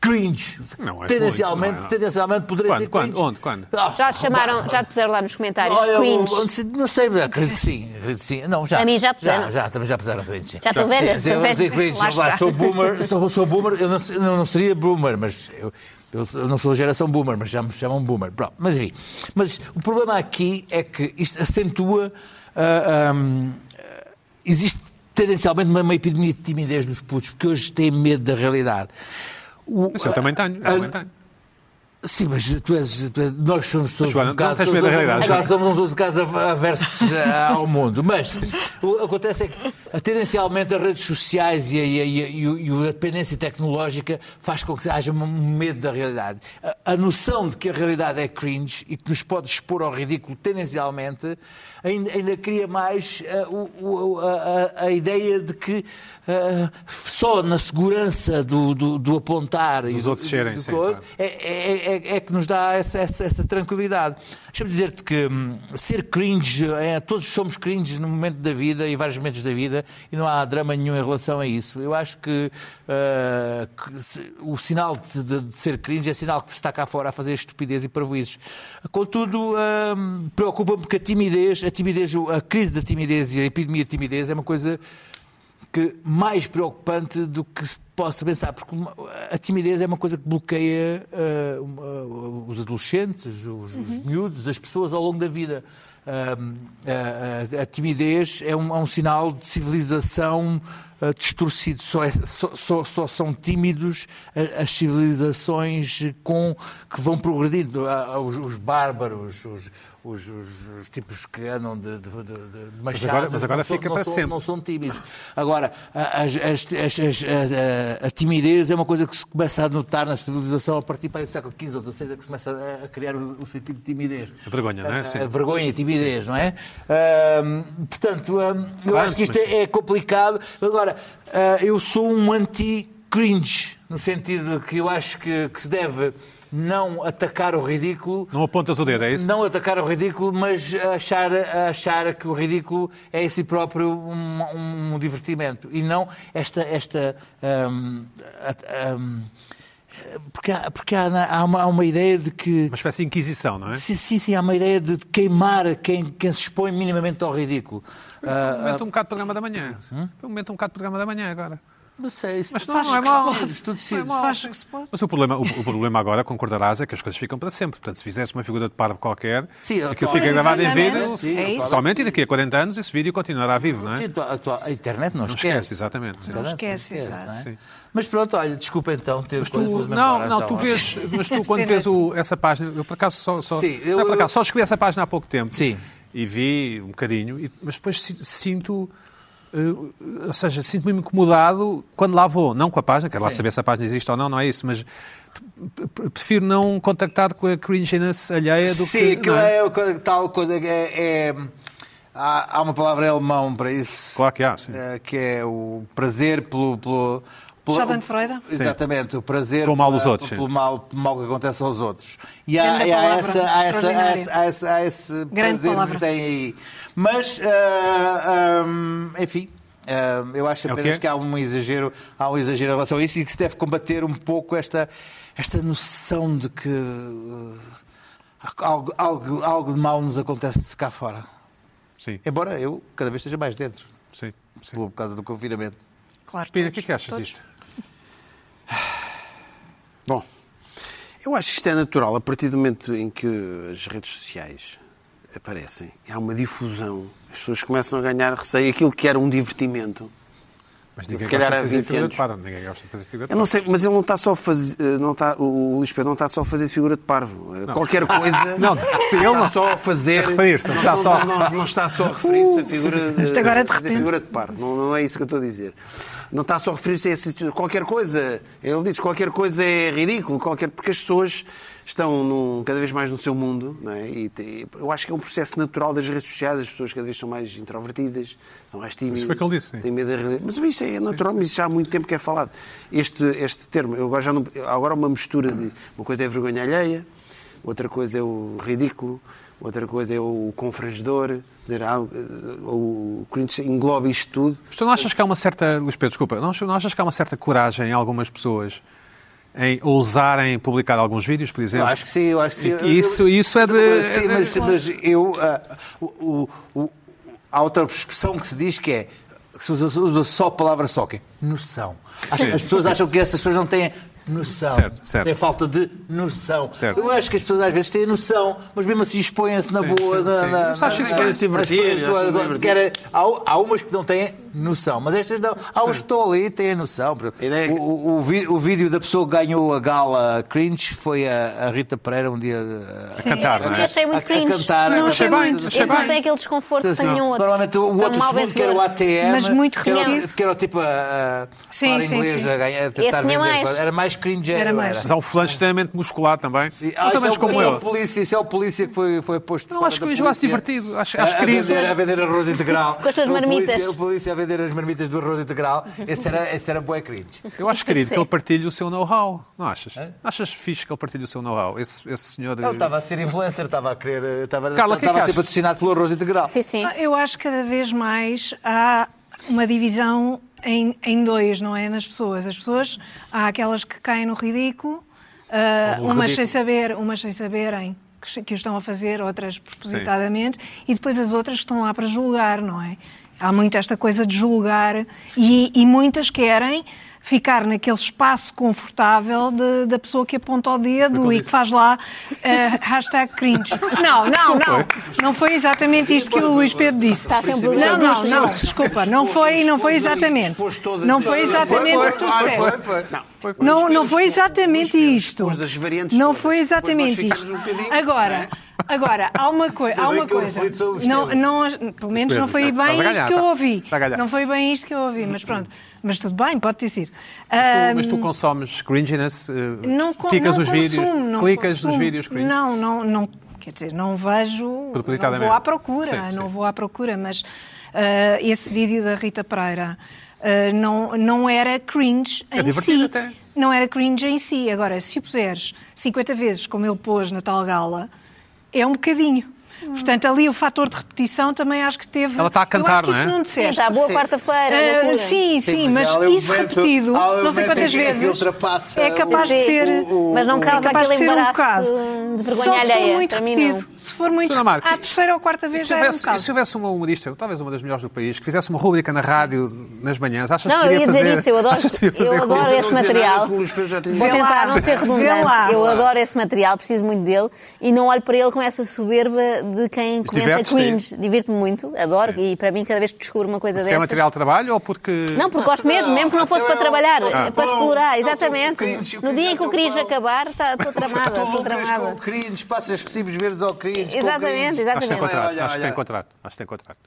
Speaker 5: cringe.
Speaker 1: Não, é
Speaker 5: tendencialmente,
Speaker 1: muito, não é?
Speaker 5: tendencialmente poderia
Speaker 1: Quando?
Speaker 5: ser
Speaker 1: Quando?
Speaker 5: cringe.
Speaker 1: Onde? Quando?
Speaker 5: Ah,
Speaker 4: Já te chamaram, já te puseram lá nos comentários.
Speaker 5: Olha,
Speaker 4: cringe.
Speaker 5: o- onde- não sei, acredito que sim. Acredito que sim. Não, já,
Speaker 4: A mim já puseram.
Speaker 5: Já, já, também já puseram cringe. sim.
Speaker 4: Já estou velha,
Speaker 5: Quer dizer,
Speaker 4: estou
Speaker 5: eu não sei
Speaker 4: velha.
Speaker 5: cringe,
Speaker 4: Lá
Speaker 5: eu lá
Speaker 4: está.
Speaker 5: sou boomer, sou, sou boomer, eu não, sei- eu não seria boomer, mas eu, eu sou- eu não sou geração boomer, mas já me chamam boomer. Pronto, mas enfim. Mas o problema aqui é que isto acentua. ah, ahm, existe tendencialmente uma, uma epidemia de timidez nos putos, porque hoje têm medo da realidade. O- ah,
Speaker 1: Mas eu também tenho, eu também
Speaker 5: a-
Speaker 1: tenho.
Speaker 5: Sim, mas tu és. tu és- nós somos todos.
Speaker 1: Joana,
Speaker 5: um bocado-
Speaker 1: não tens medo da
Speaker 5: somos-
Speaker 1: realidade,
Speaker 5: somos- Somos todos um caso aversos eh, ao mundo. Mas o que acontece é que, eh, tendencialmente, as redes sociais e a, e a- e a- e o- e a dependência tecnológica faz com que haja um medo da realidade. A, a noção de que a realidade é cringe e que nos pode expor ao ridículo, tendencialmente, ainda, ainda cria mais eh, o- o- a, a- a ideia de que eh, só na segurança do, do- do apontar e
Speaker 1: Dos
Speaker 5: do-
Speaker 1: outros serem,
Speaker 5: do
Speaker 1: sim,
Speaker 5: coisa,
Speaker 1: claro.
Speaker 5: é, é- é- é que nos dá essa, essa- essa tranquilidade. Deixa-me dizer-te que hum, ser cringe, é, todos somos cringes num momento da vida e vários momentos da vida, e não há drama nenhum em relação a isso. Eu acho que, ah, que se- o sinal de, se- de- de ser cringe é sinal que se está cá fora a fazer estupidez e parvoízes. Contudo, hum, preocupa-me que a timidez, a timidez, a crise da timidez e a epidemia de timidez é uma coisa que mais preocupante do que se possa pensar, porque uma- a timidez é uma coisa que bloqueia eh, uma- os adolescentes, os, os miúdos, as pessoas ao longo da vida. Ahm, a- a, a timidez é um, é um sinal de civilização ah, distorcido. Só, é- só- só- só são tímidos a- as civilizações com, que vão progredindo. Ah, ah, Os, os bárbaros, os, os- os- os tipos que andam de, de, de- de machado,
Speaker 1: agora- mas agora
Speaker 5: não são-
Speaker 1: fica
Speaker 5: não
Speaker 1: para
Speaker 5: são-
Speaker 1: sempre.
Speaker 5: não não são tímidos. Agora, a, as- as- as- as- a- a- a timidez é uma coisa que se começa a notar na civilização a partir para aí do século XV ou XVI, é que se começa a, a criar o, o sentido de timidez.
Speaker 1: A vergonha, não é? Sim.
Speaker 5: A, a vergonha e timidez, não é? Ahm, portanto, ahm, eu
Speaker 1: Sabemos,
Speaker 5: acho que isto é-
Speaker 1: mas-
Speaker 5: é complicado. Agora, ah, eu sou um anti-cringe, no sentido de que eu acho que, que se deve não atacar o ridículo,
Speaker 1: Não apontas o dedo, é isso?
Speaker 5: não atacar o ridículo, mas achar, achar que o ridículo é em si próprio um, um divertimento. E não esta. esta hum, a- hum, porque há, porque há, há uma, há uma ideia de que.
Speaker 1: Uma espécie de inquisição, não é?
Speaker 5: Sim, sim, sim, há uma ideia de queimar quem, quem se expõe minimamente ao ridículo.
Speaker 1: Foi um momento um bocado de programa da manhã.
Speaker 5: Hum?
Speaker 1: Foi um momento um bocado de programa da manhã agora.
Speaker 5: Não sei, Ah, isso-
Speaker 1: Mas não,
Speaker 5: faz
Speaker 1: não é
Speaker 5: que tu
Speaker 1: mau.
Speaker 5: decides, tu decides.
Speaker 3: é Faz o que se pode.
Speaker 1: Mas o problema, o, o problema agora, concordarás, é que as coisas ficam para sempre. Portanto, se fizesse uma figura de parvo qualquer,
Speaker 5: Sim,
Speaker 1: aquilo
Speaker 5: atual-
Speaker 1: fica gravado em
Speaker 3: Exatamente,
Speaker 1: vídeo,
Speaker 3: sim, é isso.
Speaker 1: totalmente, e daqui a 40 anos esse vídeo continuará vivo, não é?
Speaker 5: Sim, a,
Speaker 1: Não
Speaker 5: tua- a tua- a internet não,
Speaker 1: esquece, exatamente. sim.
Speaker 5: Internet Não
Speaker 3: esquece, exato.
Speaker 5: não é?
Speaker 1: Sim.
Speaker 5: Mas pronto, olha, desculpa então ter
Speaker 1: Tu- não,
Speaker 5: tá
Speaker 1: não,
Speaker 2: então.
Speaker 1: tu vês, mas tu quando vês o- essa página, eu por acaso só, só-
Speaker 5: Sim, eu-
Speaker 1: não é por acaso, só descobri essa página há pouco tempo
Speaker 5: Sim.
Speaker 1: e vi um bocadinho, e- mas depois si- sinto, eh, ou seja, sinto-me incomodado quando lá vou, não com a página, quero lá saber se a página existe ou não, não é isso, mas p- p- prefiro não contactar com a cringiness alheia do
Speaker 7: Sim,
Speaker 1: que...
Speaker 7: aquilo
Speaker 1: não
Speaker 7: é, uma coisa- tal coisa que é. é- há, há uma palavra em alemão para isso.
Speaker 1: Claro que há, sim.
Speaker 7: eh, que é o prazer pelo. pelo, pelo
Speaker 3: Schadenfreude?
Speaker 7: o- Exatamente, o prazer
Speaker 1: Pelo mal dos
Speaker 7: pela-
Speaker 1: outros, sim.
Speaker 7: pelo mal, pelo mal que acontece aos outros. E há,
Speaker 3: Grande
Speaker 7: e há
Speaker 3: palavra,
Speaker 7: essa, há, essa, há,
Speaker 3: extraordinária.
Speaker 7: essa- há esse, há esse prazer
Speaker 3: palavra.
Speaker 7: que tem aí. Mas, ah, ah, enfim. ah, eu acho
Speaker 1: É o
Speaker 7: apenas
Speaker 1: quê?
Speaker 7: que há um exagero, há um exagero em relação a isso e que se deve combater um pouco esta, esta noção de que ah, algo, algo, algo de mal nos acontece cá fora.
Speaker 1: Sim,
Speaker 7: Embora eu cada vez esteja mais dentro.
Speaker 1: sim.
Speaker 5: por causa do confinamento.
Speaker 3: Claro,
Speaker 1: Pina, o
Speaker 3: todos,
Speaker 1: que é que achas
Speaker 3: todos.
Speaker 1: disto?
Speaker 2: Bom, eu acho que isto é natural. A partir do momento em que as redes sociais aparecem, há uma difusão. As pessoas começam a ganhar receio. Aquilo que era um divertimento.
Speaker 1: Mas
Speaker 2: Se
Speaker 1: ninguém
Speaker 2: calhar
Speaker 1: gosta
Speaker 2: há
Speaker 1: de fazer
Speaker 2: 20
Speaker 1: figura de
Speaker 2: anos.
Speaker 1: parvo. Ninguém gosta de fazer figura de
Speaker 2: Eu não
Speaker 1: parvo.
Speaker 2: sei, mas ele não está só a fazer. eh, Não está, o o Luís Pedro não está só a fazer figura de parvo. Eh, Qualquer coisa.
Speaker 1: Não, sim, é ele
Speaker 2: está
Speaker 1: não.
Speaker 2: só a fazer.
Speaker 1: A Uh! referir-se,
Speaker 2: não,
Speaker 1: está
Speaker 2: não-
Speaker 1: só-
Speaker 2: não- não- não está só a referir-se a figura de,
Speaker 3: Isto agora de
Speaker 2: fazer
Speaker 3: repente.
Speaker 2: figura de parvo. Não, não é isso que eu estou a dizer. Não está só a referir-se a esse, tipo, qualquer coisa. Ele diz qualquer coisa é ridículo, qualquer, porque as pessoas estão num- cada vez mais no seu mundo. Não é? e, te- eu acho que é um processo natural das redes sociais. As pessoas cada vez são mais introvertidas, são mais tímidas.
Speaker 1: Isso foi o que ele disse, sim.
Speaker 2: Têm medo da realidade. Mas isso é natural, mas isso já há muito tempo que é falado. Este, este termo, eu agora já não, há agora é uma mistura de uma coisa é a vergonha alheia, outra coisa é o ridículo, outra coisa é o confrangedor, quer dizer, há, eh, o Corinthians engloba isto tudo.
Speaker 1: Mas tu não achas que há uma certa. Luís Pedro, desculpa. Não achas- não achas que há uma certa coragem em algumas pessoas em ousarem publicar alguns vídeos, por exemplo?
Speaker 5: Eu acho que sim, eu acho que sim.
Speaker 1: E- isso- isso é de-
Speaker 5: Sim,
Speaker 1: é de-
Speaker 5: mas, mas eu. ah, o- o- o- há outra expressão que se diz que é. que se usa, usa só a palavra só, que é noção. Acho que As pessoas acham que essas pessoas não têm noção.
Speaker 1: Ah, Certo, certo.
Speaker 5: Têm falta de noção.
Speaker 1: Certo.
Speaker 5: Eu acho que as pessoas às vezes têm noção, mas mesmo assim expõem-se na
Speaker 1: Sim,
Speaker 5: boa.
Speaker 1: sim,
Speaker 5: na-
Speaker 1: sim.
Speaker 5: na-
Speaker 1: Mas acho isso
Speaker 5: na-
Speaker 1: que
Speaker 2: é se divertir,
Speaker 5: nas-
Speaker 2: acho isso
Speaker 5: agora,
Speaker 2: divertido.
Speaker 5: quer- Há, há umas que não têm noção, mas estas não. Há uns que estão ali e têm noção. Por exemplo,
Speaker 2: A ideia é que-
Speaker 5: o, o- o vi- o vídeo da pessoa que ganhou a gala cringe foi a, a Rita Pereira um dia
Speaker 1: A
Speaker 5: uh,
Speaker 1: cantar, não
Speaker 4: Nunca
Speaker 1: é?
Speaker 4: achei
Speaker 5: a,
Speaker 4: muito cringe.
Speaker 5: a cantar.
Speaker 3: Não
Speaker 5: a
Speaker 3: achei
Speaker 5: cantar-
Speaker 1: bem,
Speaker 5: Então,
Speaker 1: achei
Speaker 4: Eles não
Speaker 1: bem.
Speaker 4: têm aquele desconforto que
Speaker 5: assim,
Speaker 4: tem outro.
Speaker 5: Normalmente o
Speaker 4: Tão
Speaker 5: outro
Speaker 4: mal
Speaker 5: segundo, que era o
Speaker 4: vencedor.
Speaker 5: ATM,
Speaker 3: Mas muito
Speaker 5: que, era,
Speaker 3: repetido.
Speaker 5: que era o tipo a, a
Speaker 3: Sim,
Speaker 5: falar
Speaker 3: sim,
Speaker 5: inglês,
Speaker 3: sim.
Speaker 5: a ganhar, a
Speaker 4: Esse
Speaker 5: tentar
Speaker 4: tinha
Speaker 5: vender.
Speaker 4: mais.
Speaker 5: Era mais cringe.
Speaker 3: Era mais.
Speaker 1: Mas há um fulano extremamente muscular também.
Speaker 5: Ah,
Speaker 1: Mais
Speaker 5: isso
Speaker 1: ou
Speaker 5: é
Speaker 1: menos
Speaker 5: o-
Speaker 1: como
Speaker 5: isso é o
Speaker 1: eu.
Speaker 5: polícia, isso é o polícia que foi, foi posto.
Speaker 1: Não,
Speaker 5: fora
Speaker 1: acho que
Speaker 5: da
Speaker 1: o João acho
Speaker 5: polícia.
Speaker 1: divertido. Acho,
Speaker 5: A-
Speaker 1: acho
Speaker 5: a,
Speaker 1: querido.
Speaker 5: vender, a vender arroz integral.
Speaker 4: Com as suas
Speaker 5: O polícia-
Speaker 4: marmitas.
Speaker 5: O polícia a vender as marmitas do arroz integral. Esse era, esse era bué cringe.
Speaker 1: Eu acho querido que
Speaker 4: Sim.
Speaker 1: ele partilhe o seu know-how. Não achas? Achas fixe que ele partilhe o seu know-how? Esse, esse senhor.
Speaker 5: Ele estava a ser influencer, estava a querer. eh, Estava,
Speaker 1: Carla, o que é que
Speaker 5: estava a ser
Speaker 1: achas?
Speaker 5: patrocinado pelo arroz integral.
Speaker 4: Sim, sim.
Speaker 3: Ah, Eu acho que cada vez mais há uma divisão em, em dois, não é? Nas pessoas. As pessoas, há aquelas que caem no ridículo, ah,
Speaker 1: Ou no
Speaker 3: umas
Speaker 1: ridículo.
Speaker 3: sem saber, umas sem saberem que, se- que o estão a fazer, outras propositadamente, e depois as outras que estão lá para julgar, não é? Há muito esta coisa de julgar e, e muitas querem ficar naquele espaço confortável de- da pessoa que aponta o dedo
Speaker 1: como
Speaker 3: e que
Speaker 1: disse.
Speaker 3: faz lá ah, hashtag cringe. Não, não, não. Não foi exatamente isto que o Luís Pedro disse.
Speaker 4: Está sempre o
Speaker 3: Não, não,
Speaker 4: Bruno.
Speaker 3: não, desculpa, não foi, não foi exatamente.
Speaker 2: Expôs todas
Speaker 3: Não
Speaker 2: as-
Speaker 3: foi exatamente o que tu
Speaker 2: Claro,
Speaker 3: disseste.
Speaker 2: foi, foi. Não.
Speaker 3: Não, não foi exatamente isto.
Speaker 2: expôs as variantes
Speaker 3: Não
Speaker 2: todas.
Speaker 3: foi
Speaker 2: Depois nós
Speaker 3: exatamente
Speaker 2: ficamos
Speaker 3: isto.
Speaker 2: um bocadinho,
Speaker 3: Agora, agora há uma, coi há
Speaker 5: bem
Speaker 3: uma
Speaker 5: que eu
Speaker 3: coisa.
Speaker 5: reflito sobre os
Speaker 3: Não,
Speaker 5: temas.
Speaker 3: não, pelo menos não foi
Speaker 1: Estás a
Speaker 3: bem isto
Speaker 1: ganhar,
Speaker 3: que eu
Speaker 1: tá.
Speaker 3: ouvi.
Speaker 1: Está a ganhar.
Speaker 3: Não foi bem isto que eu ouvi, mas pronto. Mas tudo bem, pode ter sido.
Speaker 1: Mas tu, mas tu consomes cringiness? eh,
Speaker 3: Hum. não con-
Speaker 1: clicas
Speaker 3: não
Speaker 1: os
Speaker 3: consumo,
Speaker 1: vídeos,
Speaker 3: não
Speaker 1: clicas
Speaker 3: consumo.
Speaker 1: nos vídeos cringe.
Speaker 3: Não, não, não, quer dizer, não vejo, não
Speaker 1: Propositadamente.
Speaker 3: vou à procura,
Speaker 1: Sim,
Speaker 3: não
Speaker 1: sim.
Speaker 3: vou à procura, mas ah, esse vídeo da Rita Pereira ah, não, não era cringe
Speaker 1: É
Speaker 3: em
Speaker 1: divertido
Speaker 3: si.
Speaker 1: até.
Speaker 3: Não era cringe em si. Agora, se o puseres 50 vezes, como ele pôs na tal gala, é um bocadinho. Portanto, ali o fator de repetição também acho que teve.
Speaker 1: Ela está a cantar,
Speaker 3: eu acho que isso
Speaker 1: não é?
Speaker 3: não
Speaker 4: Sim, É,
Speaker 3: disseste.
Speaker 4: está boa quarta-feira.
Speaker 3: Ah,
Speaker 4: loucura.
Speaker 3: sim, sim, mas
Speaker 5: há ali um
Speaker 3: isso
Speaker 5: momento-
Speaker 3: repetido,
Speaker 5: há ali um
Speaker 3: não sei
Speaker 5: momento em
Speaker 3: quantas
Speaker 5: que- em que
Speaker 3: vezes,
Speaker 5: ultrapassa
Speaker 3: é capaz
Speaker 5: o-
Speaker 3: de ser.
Speaker 5: o- o-
Speaker 4: Mas não
Speaker 5: o-
Speaker 4: causa
Speaker 3: capaz de ser
Speaker 4: aquele
Speaker 3: um
Speaker 4: embaraço
Speaker 3: bocado.
Speaker 4: de
Speaker 3: Só
Speaker 4: vergonha
Speaker 3: se
Speaker 4: alheia.
Speaker 3: for muito
Speaker 4: Para mim, não.
Speaker 3: repetido. Se for muito
Speaker 1: Joana Marques,
Speaker 3: à terceira ou quarta vez
Speaker 1: Se
Speaker 3: já é um
Speaker 1: houvesse,
Speaker 3: bocado.
Speaker 1: e se houvesse uma humorista, talvez uma das melhores do país, que fizesse uma rubrica na rádio nas manhãs, achas
Speaker 4: Não,
Speaker 1: que
Speaker 4: eu
Speaker 1: iria
Speaker 4: ia dizer
Speaker 1: fazer-
Speaker 4: isso, eu adoro,
Speaker 1: achas que iria
Speaker 4: eu
Speaker 1: fazer
Speaker 4: adoro
Speaker 1: rubrica?
Speaker 4: esse
Speaker 2: Não dizer nada
Speaker 4: material.
Speaker 2: que o Luís Pedro já tinha
Speaker 4: Vou
Speaker 3: dito.
Speaker 4: tentar
Speaker 3: Vê
Speaker 4: não
Speaker 3: lá.
Speaker 4: ser
Speaker 3: Vê lá.
Speaker 4: redundante. Eu adoro esse material, preciso muito dele e não olho para ele com essa soberba de quem comenta
Speaker 1: divertes-te?
Speaker 4: cringe. Divirto-me muito, adoro e para mim, cada vez que descubro uma coisa
Speaker 1: É
Speaker 4: dessas.
Speaker 1: material de trabalho ou porque.
Speaker 4: Não, porque gosto mesmo, mesmo que não fosse para trabalhar,
Speaker 1: Ah.
Speaker 4: é para explorar,
Speaker 3: Então, um
Speaker 4: exatamente.
Speaker 5: cringe, o
Speaker 4: No dia em que o
Speaker 5: cringe é
Speaker 4: cringe
Speaker 5: teu pau.
Speaker 4: acabar, tá- estou tramada,
Speaker 5: Tu
Speaker 3: Então,
Speaker 4: estou
Speaker 5: lucras com
Speaker 4: tramada.
Speaker 5: o cringe, passas recibos verdes ao cringe. com o cringe.
Speaker 4: Exatamente,
Speaker 1: Acho que tem
Speaker 4: exatamente.
Speaker 1: contrato.
Speaker 5: Olha,
Speaker 1: acho que tem
Speaker 5: olha.
Speaker 1: contrato. Acho que tem contrato.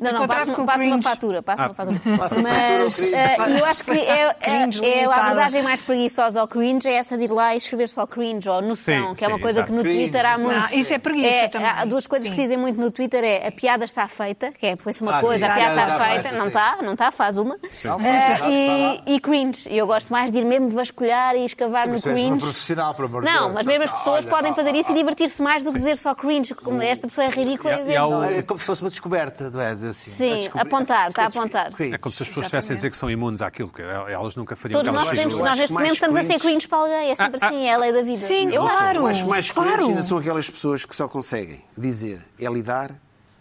Speaker 4: Não, não,
Speaker 3: Contrato
Speaker 4: passa,
Speaker 3: com o
Speaker 4: passa uma
Speaker 3: cringe.
Speaker 4: fatura, passa uma fatura.
Speaker 5: Passa uma
Speaker 4: Mas
Speaker 5: Ah. fatura ao
Speaker 4: eh, eu acho que é, é-
Speaker 3: Cringe
Speaker 4: é a
Speaker 3: limitada.
Speaker 4: abordagem mais preguiçosa ao cringe, é essa de ir lá e escrever só cringe ou noção,
Speaker 1: Sim,
Speaker 4: que é uma
Speaker 1: sim,
Speaker 4: coisa
Speaker 1: exato.
Speaker 4: que no
Speaker 5: Cringe,
Speaker 4: Twitter há
Speaker 5: sim.
Speaker 4: muito.
Speaker 3: Ah, isso é preguiça também.
Speaker 4: Há duas coisas
Speaker 3: Sim.
Speaker 4: que se dizem muito no Twitter é a piada está feita, que é põe-se uma
Speaker 5: Ah,
Speaker 4: coisa,
Speaker 5: sim,
Speaker 4: a piada
Speaker 5: a piada
Speaker 4: está
Speaker 5: está
Speaker 4: feita,
Speaker 5: feita,
Speaker 4: não
Speaker 5: sim.
Speaker 4: está, não está, faz uma.
Speaker 5: Ah,
Speaker 4: Eh,
Speaker 5: sim, está
Speaker 4: e, e cringe. E eu gosto mais de ir mesmo vasculhar e escavar no
Speaker 5: Tu és uma
Speaker 4: cringe.
Speaker 5: profissional, por amor de Deus.
Speaker 4: Não, mas mesmo as pessoas
Speaker 5: Olha,
Speaker 4: podem
Speaker 5: ah,
Speaker 4: fazer
Speaker 5: ah,
Speaker 4: isso e divertir-se mais do que dizer só cringe. como Esta pessoa é ridícula
Speaker 1: E há-
Speaker 4: em
Speaker 1: e
Speaker 4: vez
Speaker 1: há
Speaker 4: de.
Speaker 1: o-
Speaker 5: É como se fosse uma descoberta, não é? Assim,
Speaker 4: Sim,
Speaker 5: a descobrir-
Speaker 4: apontar, está a apontar.
Speaker 5: Cringe.
Speaker 1: É como se as pessoas estivessem a dizer que são imunes àquilo, que elas nunca fariam
Speaker 4: Todos nós
Speaker 1: aquelas
Speaker 4: temos,
Speaker 1: figuras.
Speaker 4: nós neste
Speaker 2: mais
Speaker 4: momento estamos a ser
Speaker 2: cringe-
Speaker 4: cringe para alguém, é sempre
Speaker 1: Ah, ah.
Speaker 4: assim, é a lei da vida.
Speaker 3: Sim,
Speaker 4: eu
Speaker 2: Eu
Speaker 3: claro.
Speaker 4: acho.
Speaker 2: acho que mais
Speaker 3: claro.
Speaker 2: curiosas ainda são aquelas pessoas que só conseguem dizer é lidar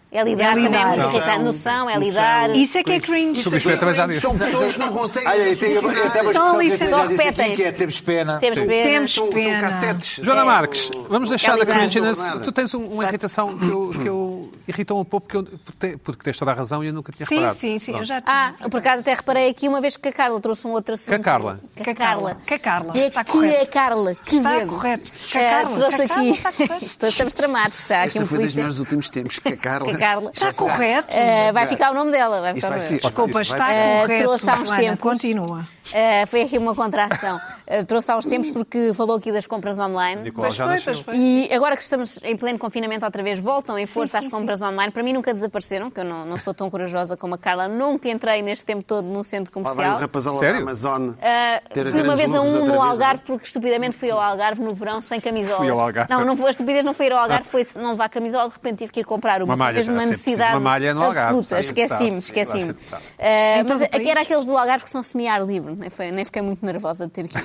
Speaker 4: É lidar
Speaker 3: É
Speaker 4: também, é
Speaker 3: lidar.
Speaker 4: muito importante. Noção, é lidar.
Speaker 3: Isso é que é cringe.
Speaker 1: Sobre isto, também já disse.
Speaker 2: São pessoas que não conseguem.
Speaker 5: Ai, eu tenho, eu tenho uma
Speaker 3: Então,
Speaker 5: expressão que
Speaker 3: isso é-
Speaker 5: eu
Speaker 4: Só
Speaker 5: já disse aqui,
Speaker 4: repetem.
Speaker 5: que é temos pena.
Speaker 4: Temos pena.
Speaker 3: Temos
Speaker 2: São, são
Speaker 3: pena.
Speaker 2: cassetes.
Speaker 1: Joana
Speaker 4: É,
Speaker 1: Marques, vamos deixar
Speaker 4: é
Speaker 1: a
Speaker 4: lidar
Speaker 1: Cristina.
Speaker 2: sobre nada.
Speaker 1: Tu tens um- uma irritação que eu, que eu irritou um pouco, porque, eu- porque- porque tens toda a razão e eu nunca tinha
Speaker 3: Sim,
Speaker 1: reparado.
Speaker 3: sim, sim, eu já tinha.
Speaker 4: Ah, por acaso até reparei aqui uma vez que a Carla trouxe um outro assunto.
Speaker 1: Que a Carla?
Speaker 4: Que a Carla.
Speaker 3: Que a Carla.
Speaker 4: E
Speaker 3: Está
Speaker 4: aqui é a
Speaker 3: correto.
Speaker 4: Carla. Que
Speaker 3: Está
Speaker 4: dedo.
Speaker 3: correto. Que a
Speaker 4: Eh,
Speaker 3: Carla.
Speaker 4: Trouxe
Speaker 3: Que a Carla
Speaker 4: aqui.
Speaker 3: está correto.
Speaker 4: Estou- Estamos tramados. Está aqui
Speaker 2: Esta
Speaker 4: um
Speaker 2: foi das
Speaker 4: polícia.
Speaker 2: melhores últimos tempos que a Carla.
Speaker 4: Que a Carla.
Speaker 3: Está correto.
Speaker 4: Eh, vai ficar o nome dela. Vai
Speaker 2: Isto
Speaker 4: ficar o
Speaker 2: vai
Speaker 4: nome
Speaker 2: fixe.
Speaker 4: dela.
Speaker 3: Desculpa,
Speaker 2: Isto
Speaker 3: está
Speaker 2: vai-
Speaker 4: Eh,
Speaker 3: correto.
Speaker 4: trouxe há uns
Speaker 3: Joana,
Speaker 4: tempos.
Speaker 3: Continua.
Speaker 4: Eh, foi aqui uma contração. Eh, trouxe há uns tempos porque falou aqui das compras online.
Speaker 1: Nicolau já
Speaker 3: Pois foi,
Speaker 1: nasceu.
Speaker 3: pois foi.
Speaker 4: E agora que estamos em pleno confinamento outra vez, voltam em força às compras online. Para mim nunca desapareceram, que eu não, não sou tão corajosa como a Carla. Nunca entrei neste tempo todo no centro
Speaker 2: Lá vai o
Speaker 4: comercial.
Speaker 2: rapazola da
Speaker 1: Sério?
Speaker 2: Amazon.
Speaker 4: Ah,
Speaker 2: ter
Speaker 4: fui uma
Speaker 2: grandes
Speaker 4: vez a
Speaker 2: lucros
Speaker 4: um
Speaker 2: outra
Speaker 4: no
Speaker 2: vez.
Speaker 4: Algarve, porque estupidamente fui ao Algarve no verão sem camisolas.
Speaker 1: é? Fui ao Algarve. Ah.
Speaker 4: Não, não foi, a estupidez não foi ir ao Algarve, foi não levar camisola, de repente tive que ir comprar
Speaker 1: Uma
Speaker 4: uma.
Speaker 1: malha,
Speaker 4: foi mesmo
Speaker 1: já
Speaker 4: uma
Speaker 1: sempre preciso de
Speaker 4: necessidade
Speaker 1: uma malha no Algarve,
Speaker 4: absoluta.
Speaker 1: sim,
Speaker 4: Esqueci-me,
Speaker 1: sabe, sim,
Speaker 4: esqueci-me.
Speaker 1: claro, sabe.
Speaker 4: Eh,
Speaker 3: Em todo
Speaker 4: mas
Speaker 3: o
Speaker 4: aqui
Speaker 3: país.
Speaker 4: era aqueles do Algarve que são semi-ar livre, nem, foi- nem fiquei muito nervosa de ter que ir.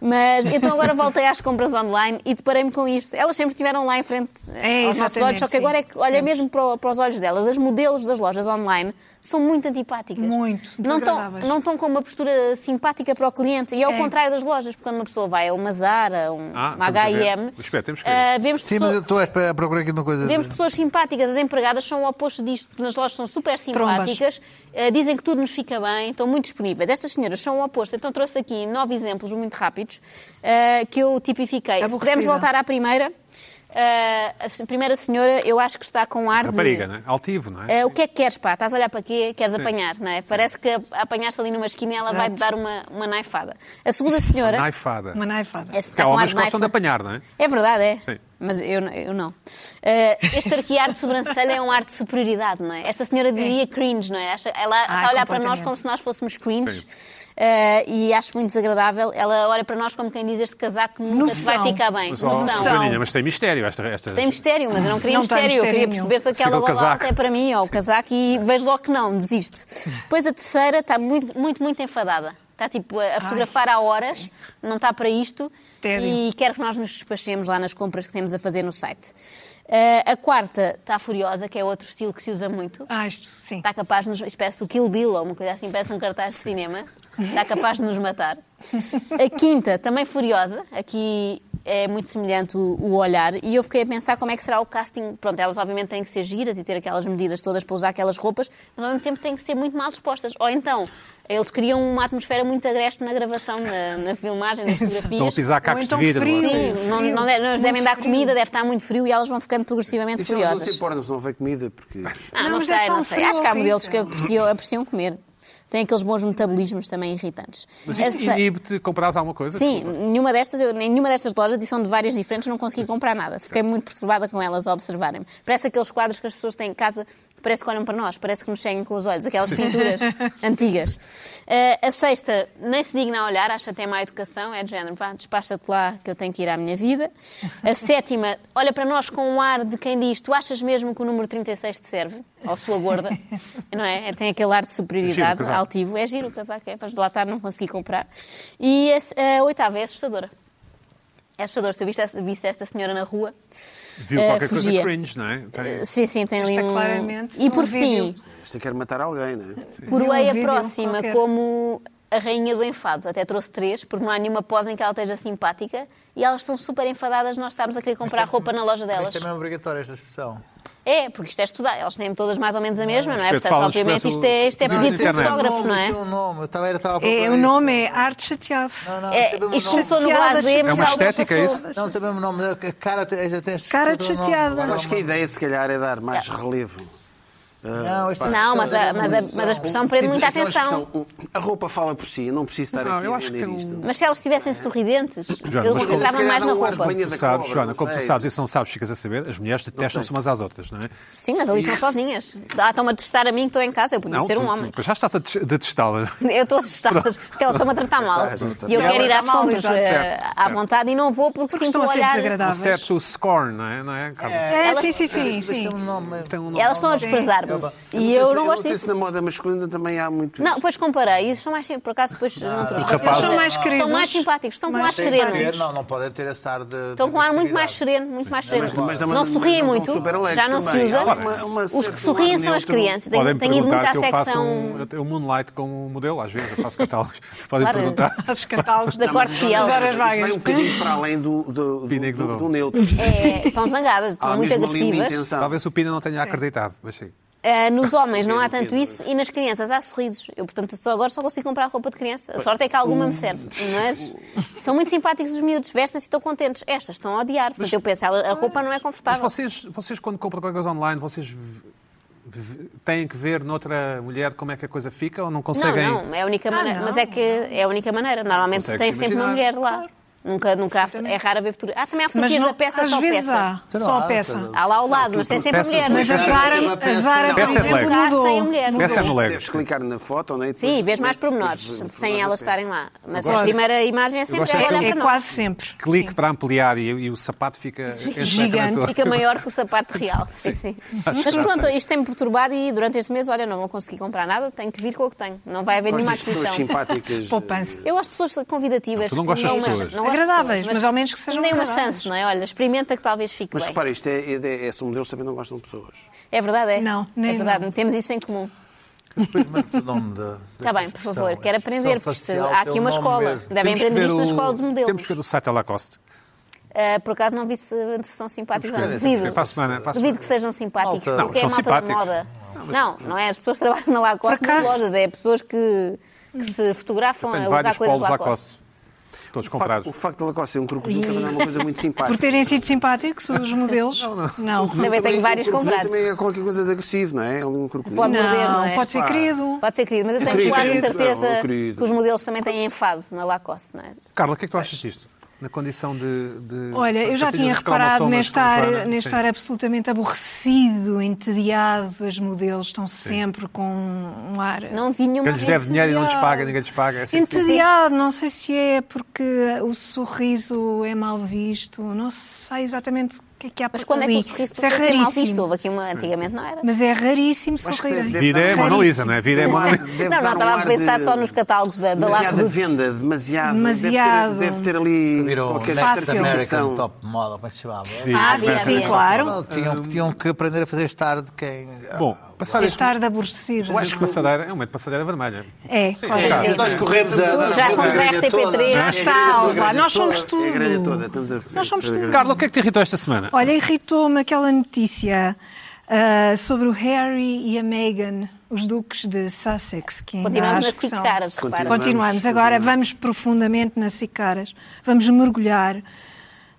Speaker 4: Mas então agora voltei às compras online e deparei-me com isto. Elas sempre estiveram lá em frente eh,
Speaker 3: É,
Speaker 4: aos nossos
Speaker 3: exatamente,
Speaker 4: olhos, só que
Speaker 3: sim.
Speaker 4: agora é que olha mesmo para, o- para os olhos delas. As modelos das lojas online são muito antipáticas.
Speaker 3: Muito,
Speaker 4: Não estão,
Speaker 3: desagradáveis.
Speaker 4: não estão com uma postura simpática para o cliente. E ao
Speaker 3: É.
Speaker 4: contrário das lojas, porque quando uma pessoa vai a uma Zara, um,
Speaker 1: Ah, estamos
Speaker 4: uma
Speaker 1: a ver.
Speaker 4: H&M,
Speaker 1: Espera, temos que
Speaker 4: ah, vemos,
Speaker 5: Sim, mas
Speaker 4: pessoas,
Speaker 5: eu estou a esperar- a procurar aqui uma coisa.
Speaker 4: vemos pessoas simpáticas. As empregadas são o oposto disto. porque Nas lojas são super simpáticas, ah, dizem que tudo nos fica bem, estão muito disponíveis. Estas senhoras são o oposto. Então trouxe aqui nove exemplos um muito rápidos ah, que eu tipifiquei. Se
Speaker 3: Aborrecida.
Speaker 4: pudermos voltar à primeira, ah, a se- primeira senhora eu acho que está com ar
Speaker 1: Rapariga,
Speaker 4: de...
Speaker 1: não é? Altivo, não é?
Speaker 4: Ah, o que é que queres, pá? Estás a olhar para quê? Queres apanhar, não é? Parece que a- apanhaste ali numa esquina e ela
Speaker 3: Exato.
Speaker 4: vai-te dar uma, uma naifada. A segunda senhora.
Speaker 1: Naifada.
Speaker 3: Uma naifada.
Speaker 4: Esta
Speaker 1: Porque
Speaker 4: está
Speaker 1: há
Speaker 4: Tá com ar
Speaker 1: homens
Speaker 4: de
Speaker 1: que gostam de
Speaker 4: naifa.
Speaker 1: apanhar, não é?
Speaker 4: É verdade, é.
Speaker 1: Sim.
Speaker 4: Mas eu, eu não. Eh, este aqui, ar de sobrancelha, é um ar de superioridade, não é? Esta senhora diria cringe, não é? Acha- Ela está a olhar para nós
Speaker 3: completamente.
Speaker 4: como se nós fôssemos cringe eh, e acho muito desagradável. Ela olha para nós como quem diz este casaco nunca te vai
Speaker 3: Noção.
Speaker 4: ficar bem.
Speaker 1: Mas, ó,
Speaker 4: Noção.
Speaker 1: Joaninha, mas tem mistério esta. esta...
Speaker 4: Tem mistério, mas eu não queria
Speaker 3: Não tem
Speaker 4: mistério. Eu queria
Speaker 3: mistério
Speaker 4: perceber se
Speaker 1: Sim,
Speaker 4: aquela
Speaker 1: aquele
Speaker 4: bola
Speaker 1: casaco.
Speaker 4: alta é para mim ou o casaco e vejo logo que não, desisto. Depois a terceira está muito, muito, muito enfadada. Está tipo a a fotografar há horas, não está para isto
Speaker 3: Tédio.
Speaker 4: e quer que nós nos despachemos lá nas compras que temos a fazer no site. Eh, a quarta está furiosa, que é outro estilo que se usa muito.
Speaker 3: Ah, isto, sim.
Speaker 4: Está capaz de nos. Isto parece o Kill Bill ou uma coisa assim, parece um cartaz de cinema. Está capaz de nos matar. A quinta, também furiosa, aqui é muito semelhante o, o olhar, e eu fiquei a pensar como é que será o casting. Pronto, elas obviamente têm que ser giras e ter aquelas medidas todas para usar aquelas roupas, mas ao mesmo tempo têm que ser muito mal dispostas. Ou então. Eles criam uma atmosfera muito agreste na gravação, na, na filmagem, nas
Speaker 1: Estão a
Speaker 4: fotografias.
Speaker 1: pisar cacos
Speaker 3: então
Speaker 1: de vidro.
Speaker 3: frio.
Speaker 1: assim.
Speaker 4: Sim,
Speaker 3: Frio,
Speaker 4: não, não, é- de- não lhes
Speaker 3: muito
Speaker 4: devem dar
Speaker 3: frio.
Speaker 4: comida, deve estar muito frio e elas vão ficando progressivamente
Speaker 2: E se eles não
Speaker 4: furiosas.
Speaker 2: se importam, se não vem comida, porque.
Speaker 4: Ah, não,
Speaker 3: Não, mas
Speaker 4: sei,
Speaker 3: é tão
Speaker 4: não sei.
Speaker 3: frio
Speaker 4: Acho que há
Speaker 3: horrível.
Speaker 4: modelos que apreciam, apreciam comer. Têm aqueles bons metabolismos também irritantes.
Speaker 1: Mas
Speaker 4: A
Speaker 1: isto
Speaker 4: se-
Speaker 1: inibe-te comprares alguma coisa?
Speaker 4: Sim, nenhuma destas, eu, em nenhuma destas lojas, e são de várias diferentes, não consegui comprar nada. Fiquei muito perturbada com elas a observarem-me. Parece aqueles quadros que as pessoas têm em casa que parece que olham para nós, parece que nos seguem com os olhos, aquelas pinturas antigas. Eh, a sexta, nem se digna a olhar, acho até má educação, é de género, pá, despacha-te lá que eu tenho que ir à minha vida. A sétima, olha para nós com um ar de quem diz, tu achas mesmo que o número 36 te serve? Ou sua gorda, não é? Tem aquele ar de
Speaker 1: Giro o
Speaker 4: superioridade,
Speaker 1: casaco.
Speaker 4: alto positivo. É giro o casaco, é, mas de lá está, não consegui comprar. E a, se- a oitava é assustadora. É assustadora. Se eu visse, essa- visse esta senhora na rua.
Speaker 1: Viu
Speaker 4: Eh,
Speaker 1: qualquer coisa
Speaker 4: fugia.
Speaker 1: cringe, não é? Tem-
Speaker 4: Sim, sim, tem ali
Speaker 3: Está
Speaker 4: um.
Speaker 3: claramente
Speaker 4: E por
Speaker 3: num
Speaker 4: fim,
Speaker 3: vídeo.
Speaker 2: Esta quer matar alguém, não é?
Speaker 4: coroei a
Speaker 3: vídeo
Speaker 4: próxima
Speaker 3: qualquer.
Speaker 4: como a rainha do enfado. Até trouxe três, porque não há nenhuma pose em que ela esteja simpática. E elas estão super enfadadas, nós estamos a querer comprar roupa na loja delas.
Speaker 5: Isto também é obrigatório, esta expressão.
Speaker 4: É, porque isto é estudar. Elas têm todas mais ou menos a mesma, não é?
Speaker 1: Espeto,
Speaker 4: Portanto,
Speaker 1: fala-nos
Speaker 4: obviamente,
Speaker 1: sobre
Speaker 4: isto é, isto é
Speaker 1: Não,
Speaker 4: pedido de
Speaker 1: internet.
Speaker 4: fotógrafo, não é? um
Speaker 5: Isto é um nome. Eu Estava, eu estava a procurar
Speaker 3: É, o
Speaker 5: isso.
Speaker 3: nome é Arte Chateado.
Speaker 5: Não, não,
Speaker 4: É,
Speaker 5: isto é mesmo
Speaker 4: isto
Speaker 5: nome.
Speaker 4: começou no
Speaker 3: Chateada,
Speaker 4: Blasé, mas
Speaker 1: uma
Speaker 4: já
Speaker 1: estética, é isso?
Speaker 4: ultrapassou.
Speaker 5: Não, tem o mesmo um nome. A cara tem- já tens.
Speaker 3: Cara
Speaker 5: todo o nome.
Speaker 3: chateada.
Speaker 5: Agora
Speaker 2: Acho que a
Speaker 5: é
Speaker 2: ideia, se calhar, é dar mais relevo.
Speaker 5: uma- Não, esta
Speaker 4: Não, é um mas a,
Speaker 5: expressão-
Speaker 4: mas, a, mas a expressão prende muita
Speaker 2: Aquela
Speaker 4: atenção.
Speaker 2: expressão, um, A roupa fala por si, eu não preciso estar
Speaker 1: Não,
Speaker 2: aqui
Speaker 1: eu
Speaker 2: a
Speaker 1: acho que
Speaker 2: vender
Speaker 1: tem um-
Speaker 2: isto.
Speaker 4: Mas se elas estivessem sorridentes,
Speaker 1: Joana,
Speaker 4: eles
Speaker 1: mas como-
Speaker 4: entravam mais na roupa.
Speaker 2: banha
Speaker 1: Tu sabes, Joana, como tu sabes, isso não sabes, ficas a saber, as mulheres detestam-se
Speaker 2: sei.
Speaker 1: umas às outras, não é?
Speaker 4: Sim, mas ali estão sozinhas. Ah, estão-me a testar a mim que estou em casa. Eu podia ser
Speaker 1: tu-
Speaker 4: um
Speaker 1: tu-
Speaker 4: homem.
Speaker 1: já estás a des- a detestá-la.
Speaker 3: Ah,
Speaker 4: Eu estou assustada porque elas estão-me a tratar mal.
Speaker 2: já está.
Speaker 4: E eu
Speaker 1: Ela
Speaker 4: quero ir
Speaker 1: está
Speaker 4: às
Speaker 3: mal,
Speaker 4: compras
Speaker 3: exato.
Speaker 4: eh,
Speaker 1: Certo,
Speaker 4: à
Speaker 1: certo.
Speaker 4: vontade e não vou porque
Speaker 3: Porque
Speaker 4: sinto
Speaker 3: estão
Speaker 4: o
Speaker 3: a ser
Speaker 4: olhar.
Speaker 3: desagradáveis.
Speaker 1: Exceto o scorn, não é? Não é, Carla?
Speaker 3: É,
Speaker 4: Elas-
Speaker 3: sim, sim,
Speaker 5: Isto
Speaker 3: sim.
Speaker 5: depois
Speaker 3: sim.
Speaker 5: tem um nome.
Speaker 4: é
Speaker 1: Tem um nome.
Speaker 4: Elas estão a desprezar-me.
Speaker 5: acaba.
Speaker 4: E
Speaker 2: sei
Speaker 4: eu
Speaker 2: se-
Speaker 4: não gosto
Speaker 2: sei
Speaker 4: disso.
Speaker 2: se na moda masculina também há muito.
Speaker 4: Não, depois comparei. E são mais, sim- por acaso, depois
Speaker 2: Ah,
Speaker 4: não trouxe.
Speaker 1: Os rapazes-
Speaker 4: São
Speaker 3: São mais queridos.
Speaker 4: mais simpáticos, estão com
Speaker 3: Mais
Speaker 4: ar
Speaker 5: Tem que
Speaker 4: sereno.
Speaker 5: ter, não, não podem ter esse ar de.
Speaker 4: Estão com um ar muito mais sereno, muito mais sereno.
Speaker 2: mas- mas também
Speaker 4: não
Speaker 2: não-
Speaker 4: sorriem
Speaker 2: não- não
Speaker 4: muito,
Speaker 2: super alegres
Speaker 4: já não se
Speaker 2: também.
Speaker 4: usa.
Speaker 2: Há uma- uma
Speaker 4: Os que
Speaker 2: certo
Speaker 4: sorriem
Speaker 2: lado
Speaker 4: são as
Speaker 2: neutro.
Speaker 4: crianças.
Speaker 1: Podem
Speaker 4: Tenho, tenho ido muito
Speaker 1: perguntar
Speaker 4: à
Speaker 1: que eu faço
Speaker 4: secção
Speaker 1: um, eu tenho um moonlight como modelo, às vezes eu faço catálogos. Podem
Speaker 4: Claro.
Speaker 1: perguntar.
Speaker 3: Os catálogos
Speaker 4: da corte fiel.
Speaker 3: As horas
Speaker 2: Isso vai
Speaker 3: vagas.
Speaker 2: um bocadinho para além do, do, do,
Speaker 1: Pinico do
Speaker 2: do- do
Speaker 1: Dom.
Speaker 2: neutro.
Speaker 4: É, estão zangadas,
Speaker 2: Há
Speaker 4: estão muito
Speaker 2: mesmo ali uma
Speaker 4: agressivas.
Speaker 2: intenção.
Speaker 1: Talvez o Pina não tenha acreditado, mas sim.
Speaker 4: Ah, nos homens não há
Speaker 2: Pedro,
Speaker 4: tanto
Speaker 2: Pedro.
Speaker 4: isso e nas crianças há sorrisos. Eu, portanto, só agora só consigo comprar roupa de criança. A sorte é que alguma me serve. Mas são muito simpáticos os miúdos, vestem-se e estão contentes. Estas estão a odiar. Portanto, eu penso, ela- a roupa não é
Speaker 1: Mas
Speaker 4: confortável.
Speaker 1: vocês, vocês quando compram coisas online, vocês v- v- têm que ver noutra mulher como é que a coisa fica ou não
Speaker 4: Não,
Speaker 1: conseguem?
Speaker 4: não, é a única
Speaker 3: Ah,
Speaker 4: maneira.
Speaker 3: não.
Speaker 4: Mas é que é a única maneira. Normalmente
Speaker 1: Consegues
Speaker 4: tem sempre uma
Speaker 1: imaginar.
Speaker 4: mulher lá. Nunca, nunca há, foto- é raro haver fotografias. Ah, também há
Speaker 3: Mas
Speaker 4: fotografias
Speaker 3: não-
Speaker 4: da peça,
Speaker 3: às
Speaker 4: só
Speaker 3: vezes
Speaker 4: peça.
Speaker 3: há,
Speaker 5: Não
Speaker 3: só
Speaker 5: há,
Speaker 3: peça.
Speaker 4: Há lá ao lado, mas tem sempre
Speaker 1: peça- é
Speaker 4: mulher.
Speaker 3: Mas a
Speaker 1: Peça-
Speaker 3: Zara,
Speaker 1: peça-
Speaker 3: a Zara por
Speaker 1: peça é de
Speaker 3: exemplo,
Speaker 1: lego.
Speaker 4: Nunca há sem
Speaker 3: mudou.
Speaker 4: mulher.
Speaker 3: Mudou.
Speaker 1: Peça é no Lego.
Speaker 2: Deves clicar na foto, não é? E depois-
Speaker 4: Sim, vês mais pormenores,
Speaker 2: depois-
Speaker 4: sem elas estarem lá. Mas a
Speaker 3: gosto-
Speaker 4: primeira imagem é sempre
Speaker 1: gosto
Speaker 4: ela
Speaker 1: daquele-
Speaker 4: olhar
Speaker 3: É
Speaker 4: para nós.
Speaker 3: quase sempre.
Speaker 1: Clique
Speaker 3: Sim.
Speaker 1: para ampliar e, e o sapato fica enche o ecrã
Speaker 3: Gigante.
Speaker 1: todo.
Speaker 4: Fica maior que o sapato real. Sim, sim. Mas pronto, isto tem-me perturbado e durante este mês, olha, não vou conseguir comprar nada, tenho que vir com o que tenho. Não vai haver
Speaker 2: Gostas
Speaker 4: nenhuma
Speaker 2: de pessoas
Speaker 4: aquisição.
Speaker 2: simpáticas.
Speaker 3: Poupança.
Speaker 4: Eu gosto de pessoas convidativas.
Speaker 1: tu não gostas
Speaker 4: que
Speaker 1: de
Speaker 4: dão uma-
Speaker 1: pessoas.
Speaker 4: não gosto de
Speaker 3: Agradáveis,
Speaker 4: pessoas,
Speaker 3: mas ao menos que sejam
Speaker 4: Deem uma
Speaker 3: agradáveis.
Speaker 4: chance, não é? Olha, experimenta que talvez fique
Speaker 2: Mas
Speaker 4: bem.
Speaker 2: repara, isto é, é, é, são modelos que também não gostam de pessoas.
Speaker 4: É verdade, é?
Speaker 3: Não,
Speaker 4: É
Speaker 3: nem
Speaker 4: verdade,
Speaker 3: não.
Speaker 4: temos isso em comum.
Speaker 5: Depois mete o nome da.
Speaker 4: Está Tá bem, por favor, quero
Speaker 5: é
Speaker 4: aprender, porque se- há aqui
Speaker 2: um
Speaker 4: uma escola. Devem
Speaker 1: Temos que
Speaker 4: aprender
Speaker 1: ver
Speaker 4: isto na
Speaker 1: o-
Speaker 4: escola dos
Speaker 1: Temos
Speaker 4: modelos.
Speaker 1: que ver o site da Lacoste.
Speaker 4: Ah, por acaso não vi se, se são simpáticos. ou não.
Speaker 5: ver.
Speaker 1: É
Speaker 4: Duvido.
Speaker 1: para a semana. Para a semana.
Speaker 4: Duvido que sejam simpáticos,
Speaker 5: Malta.
Speaker 4: porque
Speaker 1: Não,
Speaker 4: é
Speaker 1: são
Speaker 4: malta de
Speaker 1: simpáticos.
Speaker 4: moda. Não, não é. As pessoas que trabalham na Lacoste
Speaker 3: Por
Speaker 4: nas
Speaker 3: acaso- Hum.
Speaker 4: lojas, é pessoas que, que se fotografam
Speaker 1: Tenho
Speaker 4: a é usar
Speaker 1: vários
Speaker 4: coisas
Speaker 1: polos
Speaker 4: Lacoste.
Speaker 1: Lacoste. Todos
Speaker 2: O facto, o
Speaker 1: comprados.
Speaker 2: facto de Lacoste ser um crocodilo também não é uma coisa muito
Speaker 3: Por
Speaker 2: simpática.
Speaker 3: terem sido simpáticos os modelos? Não, não.
Speaker 4: Também tenho vários
Speaker 2: o crocodilo
Speaker 4: comprados.
Speaker 2: Também é qualquer coisa de agressivo, não é? É um crocodilo.
Speaker 4: Pode morder, não é?
Speaker 3: pode ser
Speaker 2: Pá.
Speaker 3: querido.
Speaker 4: Pode ser querido, mas eu tenho
Speaker 2: Querido,
Speaker 4: quase
Speaker 2: querido.
Speaker 4: certeza
Speaker 2: Não, querido.
Speaker 4: que os modelos também têm enfado na Lacoste, não é?
Speaker 1: Carla, o que é que tu achas disto? Na condição de. de-
Speaker 3: Olha, eu já
Speaker 1: partilhas
Speaker 3: tinha
Speaker 1: os
Speaker 3: reparado
Speaker 1: cromossomas
Speaker 3: neste
Speaker 1: com a
Speaker 3: ar,
Speaker 1: Joana.
Speaker 3: neste
Speaker 1: Sim.
Speaker 3: ar absolutamente aborrecido, entediado, as modelos estão sempre com um ar.
Speaker 4: Não vi nenhuma
Speaker 1: Quem lhes deve dinheiro e não lhes
Speaker 3: entediado.
Speaker 1: paga, ninguém lhes paga. É assim que se diz.
Speaker 3: Entediado, não sei se é porque o sorriso é mal visto, não sei exatamente o que é que há
Speaker 4: Mas
Speaker 3: por
Speaker 4: quando é que
Speaker 3: ali.
Speaker 4: o sorriso
Speaker 3: Isso é
Speaker 4: passou a ser mal
Speaker 3: raríssimo.
Speaker 4: visto? Houve aqui uma, antigamente não era.
Speaker 3: Mas é raríssimo
Speaker 2: Acho que
Speaker 3: sorrirem.
Speaker 2: deve-
Speaker 1: Vida é Mona Lisa, não é? Vida é
Speaker 5: né?
Speaker 1: Mona Lisa.
Speaker 2: Deve
Speaker 4: não, não,
Speaker 2: dar um
Speaker 4: estava
Speaker 2: ar
Speaker 4: a pensar
Speaker 2: de-
Speaker 4: só nos catálogos da, da La
Speaker 2: Demasiada
Speaker 4: Redoute.
Speaker 2: venda, demasiado.
Speaker 3: Demasiado.
Speaker 2: Deve, ter, deve ter ali
Speaker 5: Virou
Speaker 2: qualquer
Speaker 5: Next
Speaker 3: fácil.
Speaker 5: American
Speaker 2: estratificação.
Speaker 5: Top Model, como é que se chamava?
Speaker 4: Ah,
Speaker 1: Sim,
Speaker 4: sim,
Speaker 1: sim,
Speaker 4: sim,
Speaker 1: sim.
Speaker 3: claro.
Speaker 5: Não, tinham, que- tinham que aprender a fazer estar de quem.
Speaker 1: Bom, passar este
Speaker 3: Estar de aborrecido.
Speaker 1: Eu acho que passadeira é um momento de passadeira vermelha.
Speaker 3: É,
Speaker 4: Sim,
Speaker 3: claro.
Speaker 4: sim.
Speaker 5: Nós corremos a.
Speaker 4: Já fomos à RTP3.
Speaker 3: Já está, Alba, nós somos
Speaker 2: É a grelha
Speaker 3: tudo.
Speaker 2: toda. Estamos a
Speaker 3: Nós somos tudo.
Speaker 1: Carla, o que é que te irritou esta semana?
Speaker 3: Olha, irritou-me aquela notícia ah, sobre o Harry e a Meghan, os duques de Sussex. Que ainda acho
Speaker 4: Continuamos a
Speaker 3: que são-
Speaker 4: cicaras, repara.
Speaker 2: Continuamos.
Speaker 3: Continuamos. Agora vamos profundamente nas cicaras. Vamos mergulhar.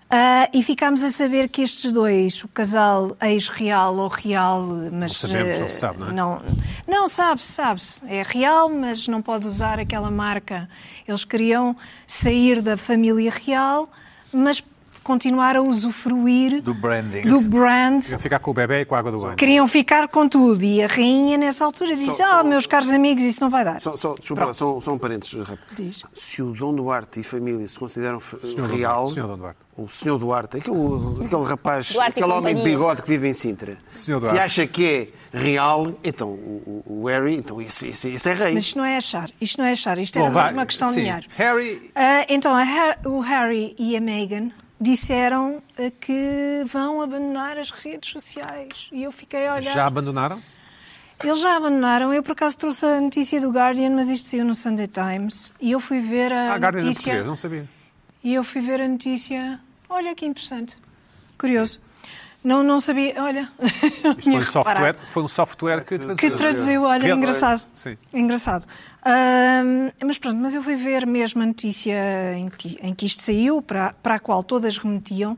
Speaker 3: Ah, e ficámos a saber que estes dois, o casal ex-real ou real,
Speaker 1: Não
Speaker 3: mas.
Speaker 1: sabemos,
Speaker 3: eh,
Speaker 1: não se sabe, não é?
Speaker 3: Não, não sabe-se, sabe-se. É real, mas não pode usar aquela marca. Eles queriam sair da família real, mas continuar a usufruir
Speaker 5: Do branding.
Speaker 3: do brand
Speaker 1: Queria Ficar com o bebê e com a água do banho.
Speaker 3: Queriam ficar com tudo. E a rainha, nessa altura, disse:
Speaker 2: Só- só-
Speaker 3: Ah, meus caros amigos, isso não vai dar.
Speaker 2: Só, só, desculpa, lá, só, só um parênteses rápido. Se o Dom Duarte e família se consideram f-
Speaker 1: Senhor Dom
Speaker 2: real,
Speaker 1: Duarte, senhor Dom Duarte.
Speaker 2: o senhor Duarte, aquele, aquele rapaz,
Speaker 4: Duarte e
Speaker 2: aquele homem de
Speaker 4: companhia.
Speaker 2: bigode que vive em Sintra,
Speaker 1: Senhor
Speaker 2: se
Speaker 1: Duarte.
Speaker 2: acha que é real, então o, o- o Harry, então esse, esse, esse é rei.
Speaker 3: Mas isto não é achar. Isto não é achar. Isto
Speaker 1: Bom,
Speaker 3: é
Speaker 1: vai,
Speaker 3: uma questão
Speaker 1: sim.
Speaker 3: de dinheiro.
Speaker 1: Harry-
Speaker 3: Ah, então, a Har- o Harry e a Meghan disseram ah, que vão abandonar as redes sociais. E eu fiquei a olhar.
Speaker 1: Já abandonaram?
Speaker 3: Eles já abandonaram. Eu, por acaso, trouxe a notícia do Guardian, mas isto saiu no Sunday Times. E eu fui ver a
Speaker 1: Ah, Guardian em
Speaker 3: notícia.
Speaker 1: português, não sabia.
Speaker 3: E eu fui ver a notícia. Olha que interessante. Curioso. Não, não sabia. Olha.
Speaker 1: Isto foi um software, foi um software que traduziu.
Speaker 3: Que traduziu, olha,
Speaker 1: Real-
Speaker 3: engraçado.
Speaker 1: é. Sim.
Speaker 3: Engraçado. Ahm, mas pronto, mas eu fui ver mesmo a notícia em que, em que isto saiu, para, para a qual todas remetiam,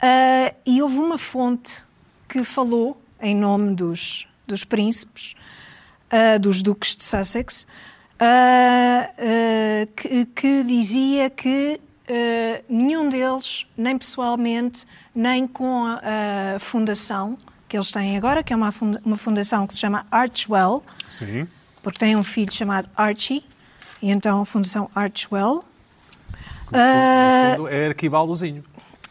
Speaker 3: ah, e houve uma fonte que falou em nome dos, dos príncipes, ah, dos duques de Sussex, ah, ah, que, que dizia que ah, nenhum deles, nem pessoalmente, nem com a, a fundação que eles têm agora, que é uma funda- uma fundação que se chama Archwell,
Speaker 1: Sim.
Speaker 3: porque tem um filho chamado Archie, e então a Fundação Archwell.
Speaker 1: No fundo, no fundo, é arquivar o luzinho.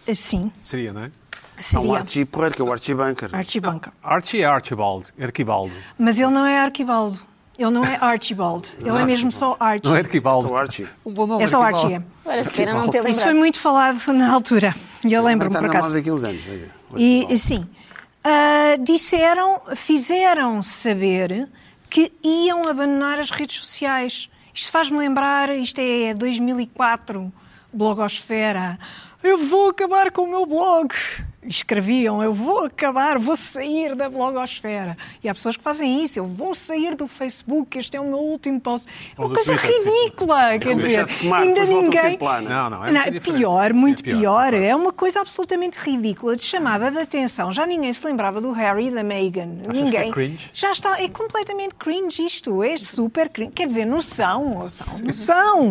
Speaker 3: Ah, Sim,
Speaker 1: Seria, não é?
Speaker 2: Há um
Speaker 3: Seria.
Speaker 2: Archie Porreiro, que é o Archie Bunker.
Speaker 3: Archibanca.
Speaker 1: Archie é Archibald, Arquibaldo.
Speaker 3: Mas ele não é Arquibaldo. Ele não é Archibald. Ele é mesmo só Archie.
Speaker 1: Não é Arquibaldo.
Speaker 2: Sou Archie.
Speaker 1: Um bom nome,
Speaker 3: É só
Speaker 1: Arquibaldo.
Speaker 3: Archie. é.
Speaker 4: Olha, pena não ter
Speaker 3: Isso foi
Speaker 4: lembrado.
Speaker 3: muito falado na altura. E eu lembro-me,
Speaker 2: Vai estar
Speaker 3: por
Speaker 2: na moda
Speaker 3: acaso.
Speaker 2: daqui a uns anos. veja.
Speaker 3: E, e sim, ah, disseram, fizeram saber que iam abandonar as redes sociais. Isto faz-me lembrar, isto é 2004, blogosfera. Eu vou acabar com o meu blog. Escreviam, eu vou acabar, vou sair da blogosfera. E há pessoas que fazem isso, eu vou sair do Facebook, este é o meu último post. É
Speaker 1: Ou
Speaker 3: uma
Speaker 1: do
Speaker 3: coisa
Speaker 1: Twitter, sim.
Speaker 3: ridícula, quer
Speaker 2: Vão deixar
Speaker 3: dizer,
Speaker 2: de fumar,
Speaker 3: ainda
Speaker 2: depois voltam a ser
Speaker 3: ninguém...
Speaker 2: plana.
Speaker 1: Não, não, é um
Speaker 3: Não,
Speaker 1: bocadinho diferente.
Speaker 3: pior,
Speaker 1: Sim, é
Speaker 3: muito
Speaker 1: pior,
Speaker 3: pior.
Speaker 1: concordo.
Speaker 3: É uma coisa absolutamente ridícula, de chamada de atenção. Já ninguém se lembrava do Harry e da Meghan.
Speaker 1: Achas que
Speaker 3: Ninguém.
Speaker 1: é cringe?
Speaker 3: Já está, é completamente cringe isto. É super cringe. Quer dizer, noção, noção, noção.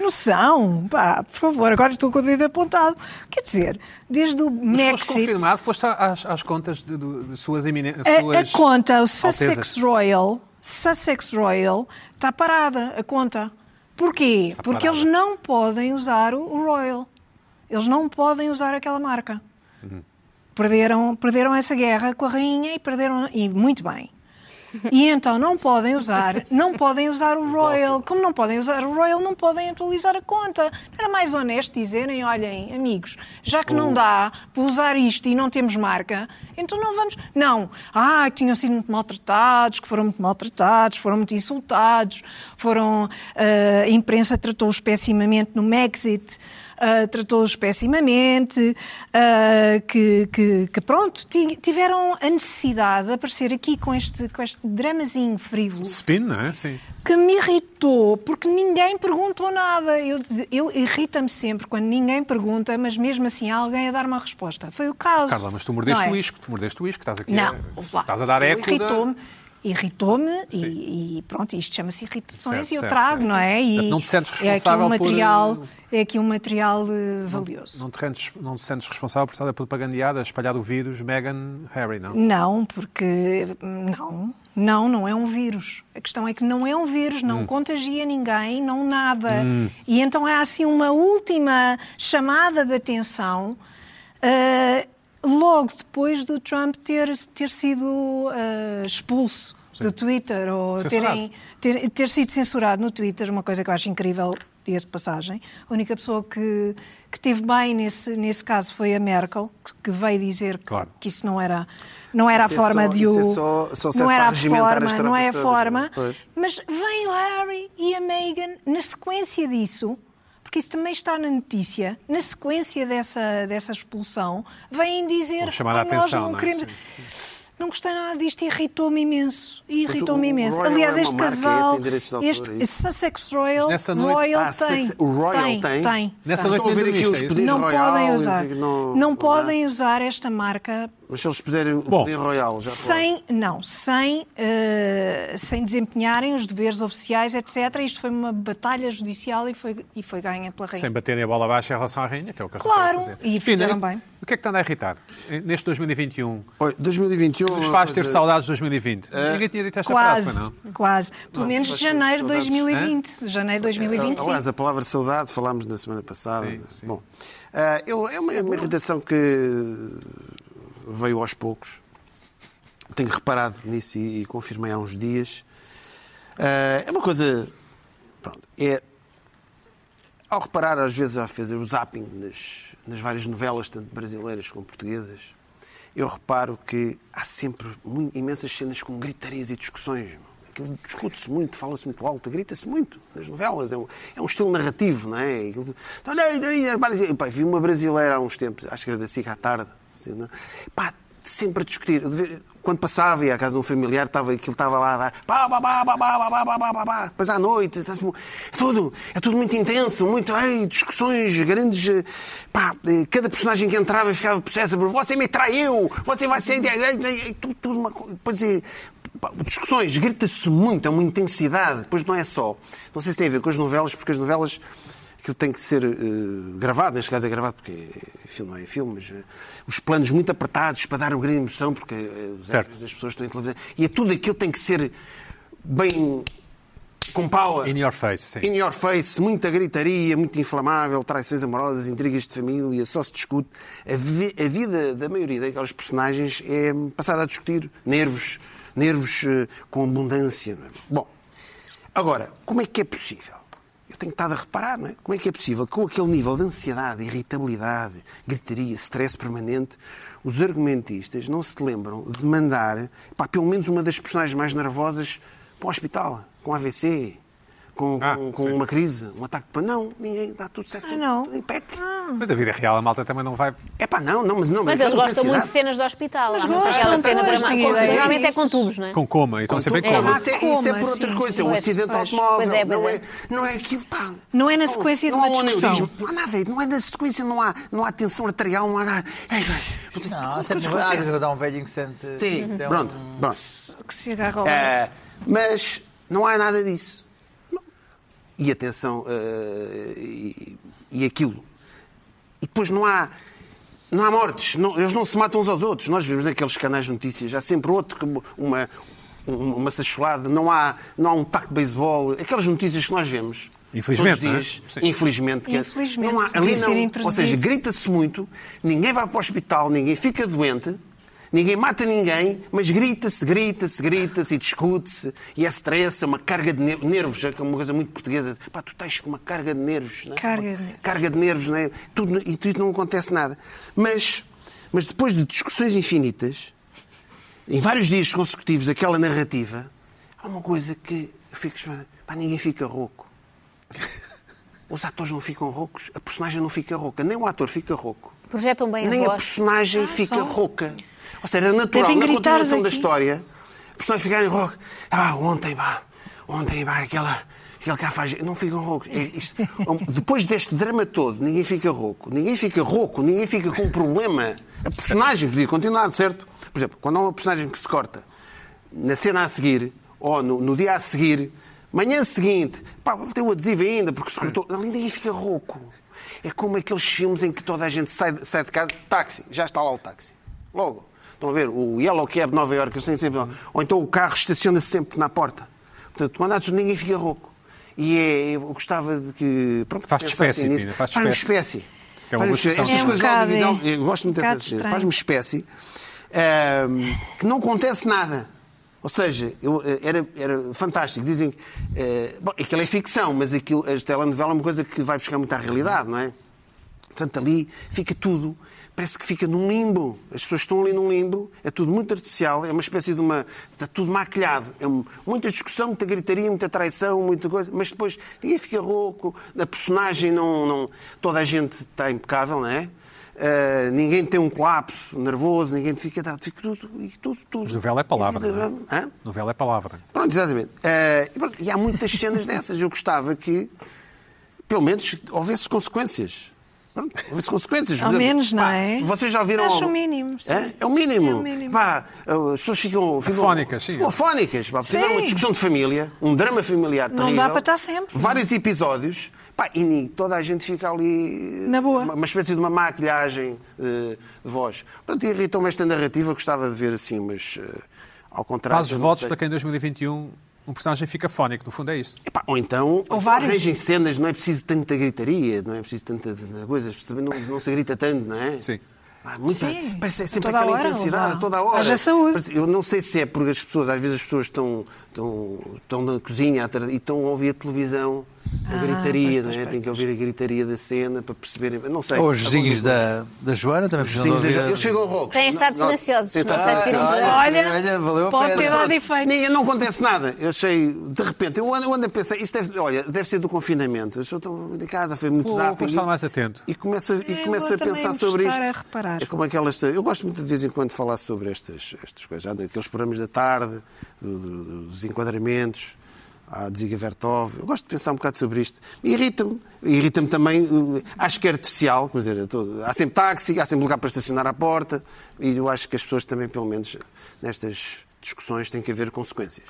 Speaker 3: Noção. Pá, por favor, agora estou com o dedo apontado. Quer dizer, desde o
Speaker 1: Mas foste
Speaker 3: Brexit.
Speaker 1: confirmado, foste às, às contas de, de- de suas eminências.
Speaker 3: A, a conta, o Sussex
Speaker 1: Altezas.
Speaker 3: Royal, Sussex Royal, está parada a conta. Porquê? Porque
Speaker 1: parada.
Speaker 3: eles não podem usar o, o Royal. Eles não podem usar aquela marca.
Speaker 1: Uhum.
Speaker 3: Perderam, perderam essa guerra com a rainha e perderam e muito bem. E então não podem usar, não podem usar o Royal. Como não podem usar o Royal, não podem atualizar a conta. Era mais honesto dizerem, olhem, amigos, já que não dá para usar isto e não temos marca, então não vamos. Não. Ah, que tinham sido muito maltratados, que foram muito maltratados, foram muito insultados, foram. ah, a imprensa tratou-os pessimamente no Brexit. ah, tratou-os pessimamente, ah, que, que- que pronto, ti- tiveram a necessidade de aparecer aqui com este, com este dramazinho frívolo
Speaker 1: Spin, não é? Sim.
Speaker 3: que me irritou, porque ninguém perguntou nada. Eu, diz- eu irrita-me sempre quando ninguém pergunta, mas mesmo assim há alguém a dar uma resposta. Foi o caso.
Speaker 1: Carla, mas tu mordeste
Speaker 3: Não é?
Speaker 1: o isco, tu mordeste o isco, estás aqui.
Speaker 3: Não,
Speaker 1: a-
Speaker 3: ouve lá.
Speaker 1: Estás a dar é?
Speaker 3: Então,
Speaker 1: eco. da-
Speaker 3: Irritou-me. Irritou-me e, e pronto, isto chama-se irritações
Speaker 1: Certo,
Speaker 3: e eu
Speaker 1: certo,
Speaker 3: trago,
Speaker 1: certo.
Speaker 3: não é? E
Speaker 1: Portanto, não te sentes
Speaker 3: é
Speaker 1: responsável
Speaker 3: aqui um
Speaker 1: por,
Speaker 3: material, É aqui um material eh, valioso.
Speaker 1: Não te, rentes- não te sentes responsável por estar a propagandear, a espalhar o vírus Meghan Harry, não?
Speaker 3: Não, porque não, não, não é um vírus. A questão é que não é um vírus, não contagia ninguém, não nada. E então é assim uma última chamada de atenção. ah, logo depois do Trump ter, ter sido ah, expulso do Twitter ou
Speaker 1: Censurado.
Speaker 3: terem, ter, ter sido censurado no Twitter, uma coisa que eu acho incrível diga-se de passagem. A única pessoa que, que teve bem nesse, nesse caso foi a Merkel, que- que veio dizer que,
Speaker 1: Claro.
Speaker 3: que isso não era, não era
Speaker 2: Isso é
Speaker 3: a forma
Speaker 2: só-
Speaker 3: de o.
Speaker 2: isso é só- só serve
Speaker 3: não era
Speaker 2: para
Speaker 3: a
Speaker 2: regimentar as
Speaker 3: forma, não é a
Speaker 2: tropas todas,
Speaker 3: forma.
Speaker 2: não é? Pois.
Speaker 3: Mas vem o Harry e a Meghan, na sequência disso, porque isso também está na notícia, na sequência dessa, dessa expulsão, vêm dizer
Speaker 1: Vão chamar a
Speaker 3: "Ah, nós
Speaker 1: atenção,
Speaker 3: não
Speaker 1: não é?
Speaker 3: queremos.
Speaker 1: Sim.
Speaker 3: Não gostei nada disto, irritou-me imenso. E
Speaker 2: Mas
Speaker 3: Irritou-me
Speaker 2: o- o
Speaker 3: imenso.
Speaker 2: Royal
Speaker 3: Aliás,
Speaker 2: é uma
Speaker 3: este
Speaker 2: marca, é,
Speaker 3: casal,
Speaker 2: tem direitos de autor,
Speaker 3: este
Speaker 2: é isso?
Speaker 3: Sussex Royal,
Speaker 1: Mas nessa noite-
Speaker 3: Royal
Speaker 2: Ah,
Speaker 3: tem.
Speaker 2: Sussex- o Royal tem?
Speaker 1: Nessa
Speaker 3: tem.
Speaker 1: noite
Speaker 2: Estou a ver
Speaker 1: não existe,
Speaker 2: aqui os
Speaker 1: é isso?
Speaker 2: pedidos
Speaker 3: Não
Speaker 2: Royal.
Speaker 3: podem
Speaker 2: eu
Speaker 3: usar.
Speaker 2: digo,
Speaker 3: Não,
Speaker 2: dá.
Speaker 3: podem usar esta marca
Speaker 2: Mas se eles puderem o
Speaker 1: Bom.
Speaker 2: pedir Royal, já foi.
Speaker 3: sem, não, sem, eh, sem desempenharem os deveres oficiais, etc. Isto foi uma batalha judicial e foi, e foi ganha pela rainha.
Speaker 1: Sem baterem a bola abaixo em relação à rainha, que é o que eles
Speaker 3: Claro,
Speaker 1: querem fazer.
Speaker 3: e fizeram
Speaker 1: Pina,
Speaker 3: bem.
Speaker 1: O que é que te anda a irritar neste 2021?
Speaker 2: Olha, 2021.
Speaker 1: Nos
Speaker 2: uma
Speaker 1: faz um, ter
Speaker 2: coisa-
Speaker 1: saudades de 2020.
Speaker 2: É.
Speaker 1: Ninguém tinha dito esta
Speaker 3: Quase,
Speaker 1: frase, pois não?
Speaker 3: quase. Pelo
Speaker 2: Não,
Speaker 3: menos de
Speaker 2: faz
Speaker 3: janeiro de
Speaker 2: saudades,
Speaker 3: 2020. De janeiro de 2020, sim.
Speaker 2: Aliás, a palavra saudade falámos na semana passada. Bom, ah, eu- é uma, é uma irritação que veio aos poucos. Tenho reparado nisso e, e confirmei há uns dias. Ah, é uma coisa. Pronto, é. Ao reparar, às vezes, a fazer o zapping nas, nas várias novelas, tanto brasileiras como portuguesas, eu reparo que há sempre mu- imensas cenas com gritarias e discussões. meu. Aquilo discute-se muito, fala-se muito alto, grita-se muito nas novelas. É um, é um estilo narrativo, não é? Aquilo, "Não, não, não, não, não", e, pá, vi uma brasileira há uns tempos, acho que era da SIC à tarde, assim, não é? Pá, sempre a discutir. Eu devia- Quando passava e à casa de um familiar, estava, aquilo estava lá a dar pá, pá, pá, pá, pá, pá, pá, pá, pá, pá, pá. Depois à noite, está-se mu- é tudo, é tudo muito intenso, muito, ei, discussões grandes. eh, Pá, eh, cada personagem que entrava ficava possessa por você me traiu, você vai ser. E tudo, tudo uma co- Depois, eh, pá, discussões, grita-se muito, é uma intensidade. Depois não é só. Não sei se tem a ver com as novelas, porque as novelas aquilo tem que ser eh, gravado, neste caso é gravado porque é filme não é filme, mas eh, os planos muito apertados para dar uma grande emoção, porque eh, os
Speaker 1: Certo.
Speaker 2: atores das pessoas que estão em televisão. E é tudo aquilo que tem que ser bem com power.
Speaker 1: In your face, sim.
Speaker 2: In your face, muita gritaria, muito inflamável, traições amorosas, intrigas de família, só se discute. A, vi- a vida da maioria daqueles personagens é passada a discutir nervos, nervos eh, com abundância. não é? Bom, agora, como é que é possível? Eu tenho estado a reparar, não é? Como é que é possível que com aquele nível de ansiedade, irritabilidade, gritaria, stress permanente, os argumentistas não se lembram de mandar pá, pelo menos uma das personagens mais nervosas para o hospital, com AVC, com,
Speaker 1: Ah,
Speaker 2: com- com
Speaker 1: sim.
Speaker 2: uma crise, um ataque de pânico. Não, ninguém, está tudo certo,
Speaker 3: Ah, não.
Speaker 2: tudo em PEC.
Speaker 1: Mas da vida real a malta também não vai.
Speaker 2: É pá, não, não, mas não.
Speaker 4: Mas eles
Speaker 2: não tem
Speaker 4: gostam muito de
Speaker 2: ansiedade.
Speaker 4: cenas de hospital. Há muito
Speaker 3: gostam,
Speaker 4: aquela
Speaker 3: gostam,
Speaker 4: cena
Speaker 3: gostam,
Speaker 4: dramática.
Speaker 3: gostam.
Speaker 4: Normalmente é com tubos, não é?
Speaker 1: Com coma, e estão sempre em
Speaker 2: Tudo
Speaker 1: coma.
Speaker 2: bom. Isso é, isso é por
Speaker 3: Coma,
Speaker 2: outra
Speaker 3: sim,
Speaker 2: coisa,
Speaker 4: sim.
Speaker 2: um acidente
Speaker 4: Pois,
Speaker 2: automóvel.
Speaker 4: pois é, pois
Speaker 2: não,
Speaker 4: é.
Speaker 2: é, não é aquilo, pá.
Speaker 3: Não é na sequência de
Speaker 2: não,
Speaker 3: uma
Speaker 2: há um
Speaker 3: discussão.
Speaker 2: aneurisma, Não há nada, não é na sequência, não há, não há tensão arterial, não é há nada. Ai, ai,
Speaker 5: Não, há
Speaker 2: coisas
Speaker 5: sempre
Speaker 2: que
Speaker 5: há
Speaker 2: acontecem.
Speaker 5: de dar um velhinho que sente.
Speaker 2: ah, Sim, então
Speaker 5: tem um-
Speaker 2: Uhum. pronto, pronto.
Speaker 3: Que se agarra ao
Speaker 2: Eh, mas não há nada disso. Não. E atenção, eh, e, e aquilo. E depois não há. Não há mortes, não- eles não se matam uns aos outros. Nós vemos naqueles canais de notícias, há sempre outro, que uma, um- uma sacholada, não há, não há um taco de beisebol. Aquelas notícias que nós vemos.
Speaker 1: Infelizmente,
Speaker 2: Todos os dias,
Speaker 1: não é? Sim.
Speaker 2: infelizmente. que-
Speaker 3: Infelizmente,
Speaker 2: não há,
Speaker 3: devia
Speaker 2: ali
Speaker 3: ser
Speaker 2: não. Ou
Speaker 3: introduzido.
Speaker 2: seja, grita-se muito, ninguém vai para o hospital, ninguém fica doente, ninguém mata ninguém, mas grita-se, grita-se, grita-se e discute-se e é stress, é uma carga de ne- nervos, é uma coisa muito portuguesa. Pá, tu estás com uma carga de nervos, não é?
Speaker 3: Carga
Speaker 2: Uma
Speaker 3: de nervos.
Speaker 2: Carga de nervos, não é? Tudo, e tudo não acontece nada. Mas, mas depois de discussões infinitas, em vários dias consecutivos, aquela narrativa, há uma coisa que eu fico chamada, pá, ninguém fica rouco. Os atores não ficam roucos, a personagem não fica rouca, nem o ator fica rouco,
Speaker 4: Projetam bem
Speaker 2: nem
Speaker 4: a
Speaker 2: a
Speaker 4: voz.
Speaker 2: personagem fica
Speaker 3: Ah, só.
Speaker 2: rouca. Ou seja, era natural,
Speaker 3: Devem
Speaker 2: na
Speaker 3: gritar
Speaker 2: continuação da
Speaker 3: daqui.
Speaker 2: história, a personagem ficarem rouca. Ah, ontem, pá, ontem, pá, aquela, aquele cá faz. Não ficam roucos. É isto. Depois deste drama todo, ninguém fica rouco. Ninguém fica rouco, ninguém fica com um problema. A personagem podia continuar, certo? Por exemplo, quando há uma personagem que se corta na cena a seguir, ou no, no dia a seguir, manhã seguinte, pá, tem o adesivo ainda, porque se cortou. Ali ninguém fica rouco. É como aqueles filmes em que toda a gente sai, sai de casa, táxi, já está lá o táxi. Logo. Estão a ver, o Yellow Cab de Nova Iorque, eles têm sempre. Ou então o carro estaciona-se sempre na porta. Portanto, quando há tudo, ninguém fica rouco. E é, eu gostava de que. Pronto,
Speaker 1: Faz-te
Speaker 2: pensassem
Speaker 1: espécie,
Speaker 2: nisso.
Speaker 1: Tina, faz-te
Speaker 2: Faz-me
Speaker 1: espécie.
Speaker 2: espécie.
Speaker 1: Que é uma
Speaker 2: Faz-me
Speaker 1: boa expressão.
Speaker 2: espécie. Estas
Speaker 3: É um
Speaker 2: coisas lá
Speaker 3: bocado,
Speaker 2: dividem-
Speaker 3: é.
Speaker 2: Eu gosto muito
Speaker 3: Um bocado
Speaker 2: dessa.
Speaker 3: estranho.
Speaker 2: Faz-me espécie ahm, que não acontece nada. Ou seja, eu, eh, era, era fantástico. Dizem que. eh, bom, aquilo é ficção, mas aquilo, a telenovela é uma coisa que vai buscar muito à realidade, não é? Portanto, ali fica tudo. Parece que fica num limbo. As pessoas estão ali num limbo, é tudo muito artificial, é uma espécie de uma. Está tudo maquilhado. É um- muita discussão, muita gritaria, muita traição, muita coisa. Mas depois ninguém fica rouco, a personagem não. não toda a gente está impecável, não é? Ah, ninguém tem um colapso nervoso, ninguém fica. tá, Fica tudo. E tudo, tudo.
Speaker 1: Mas novela é palavra,
Speaker 2: E vida-
Speaker 1: não
Speaker 2: Hã?
Speaker 1: Novela é palavra.
Speaker 2: Pronto, exatamente. Eh, e, pronto, e há muitas cenas dessas. Eu gostava que, pelo menos, houvesse consequências. Pronto, houvesse consequências.
Speaker 3: Ao
Speaker 2: Por exemplo,
Speaker 3: menos, não
Speaker 2: pá,
Speaker 3: é?
Speaker 2: Vocês já viram...
Speaker 3: Acho o mínimo, sim.
Speaker 2: É? É o mínimo.
Speaker 3: É o mínimo.
Speaker 2: Pá, as pessoas ficam... ficam
Speaker 1: Afónicas, sim.
Speaker 2: Ficam afónicas. Pá, tiveram uma discussão de família, um drama familiar
Speaker 3: Não dá
Speaker 2: terrível.
Speaker 3: para estar sempre.
Speaker 2: Vários episódios. Pá, e ni- toda a gente fica ali... eh,
Speaker 3: Na boa.
Speaker 2: Uma, uma espécie de uma maquilhagem eh, de voz. Portanto, irritou-me esta narrativa. Gostava de ver assim, mas... eh, ao contrário...
Speaker 1: Fazes
Speaker 2: eu não
Speaker 1: votos
Speaker 2: sei.
Speaker 1: para que em 2021 um personagem fica fónico, no fundo é isso.
Speaker 2: Epá, ou então,
Speaker 3: Ou vários.
Speaker 2: arranjem cenas, não é preciso tanta gritaria, não é preciso tanta coisa, também não, não se grita tanto, não é?
Speaker 1: Sim.
Speaker 2: Há muita,
Speaker 3: Sim.
Speaker 2: Parece é
Speaker 3: A
Speaker 2: sempre
Speaker 3: toda a
Speaker 2: aquela
Speaker 3: hora,
Speaker 2: intensidade,
Speaker 3: vá.
Speaker 2: a toda a hora.
Speaker 3: Haja saúde.
Speaker 2: Parece- Eu não sei se é porque as pessoas, às vezes as pessoas estão, estão, estão na cozinha à tarde e estão a ouvir a televisão, a
Speaker 3: Ah,
Speaker 2: gritaria, não é? Tem que ouvir a gritaria da cena para perceberem. Não sei.
Speaker 5: Ou os
Speaker 2: Alguma
Speaker 5: vizinhos
Speaker 2: coisa.
Speaker 5: da, da Joana também
Speaker 2: Os
Speaker 5: precisam de
Speaker 2: vizinhos da-
Speaker 5: ouvir. a-
Speaker 2: Eles chegam roucos.
Speaker 4: Têm estado
Speaker 2: Não- não-
Speaker 4: silenciosos.
Speaker 2: têm estado
Speaker 4: Não sei se viram
Speaker 2: silenciosos.
Speaker 4: por
Speaker 5: Ah,
Speaker 3: Olha,
Speaker 5: olha, valeu a
Speaker 3: pode
Speaker 5: pena.
Speaker 3: ter dado efeito.
Speaker 2: Ninguém não acontece nada. Eu achei, de repente, eu ando, eu ando a pensar, isto deve, olha, deve ser do confinamento. Eu estou tão de casa, foi muito
Speaker 1: Vou-
Speaker 2: zapping.
Speaker 1: vou estar
Speaker 2: e-
Speaker 1: mais atento.
Speaker 2: E começo, a-
Speaker 3: É,
Speaker 2: e começo
Speaker 3: vou
Speaker 2: a pensar
Speaker 3: também
Speaker 2: sobre isto.
Speaker 3: estar a reparar.
Speaker 2: É como aquelas. Eu gosto muito de vez em quando falar sobre estas, estas coisas. Há Aqueles programas da tarde, do- do- dos enquadramentos. A Dziga Vertov, eu gosto de pensar um bocado sobre isto. E Irrita-me. Irrita-me também, uh, acho que é artificial, quer dizer, eu tô- há sempre táxi, há sempre lugar para estacionar à porta, e eu acho que as pessoas também, pelo menos nestas discussões, têm que haver consequências.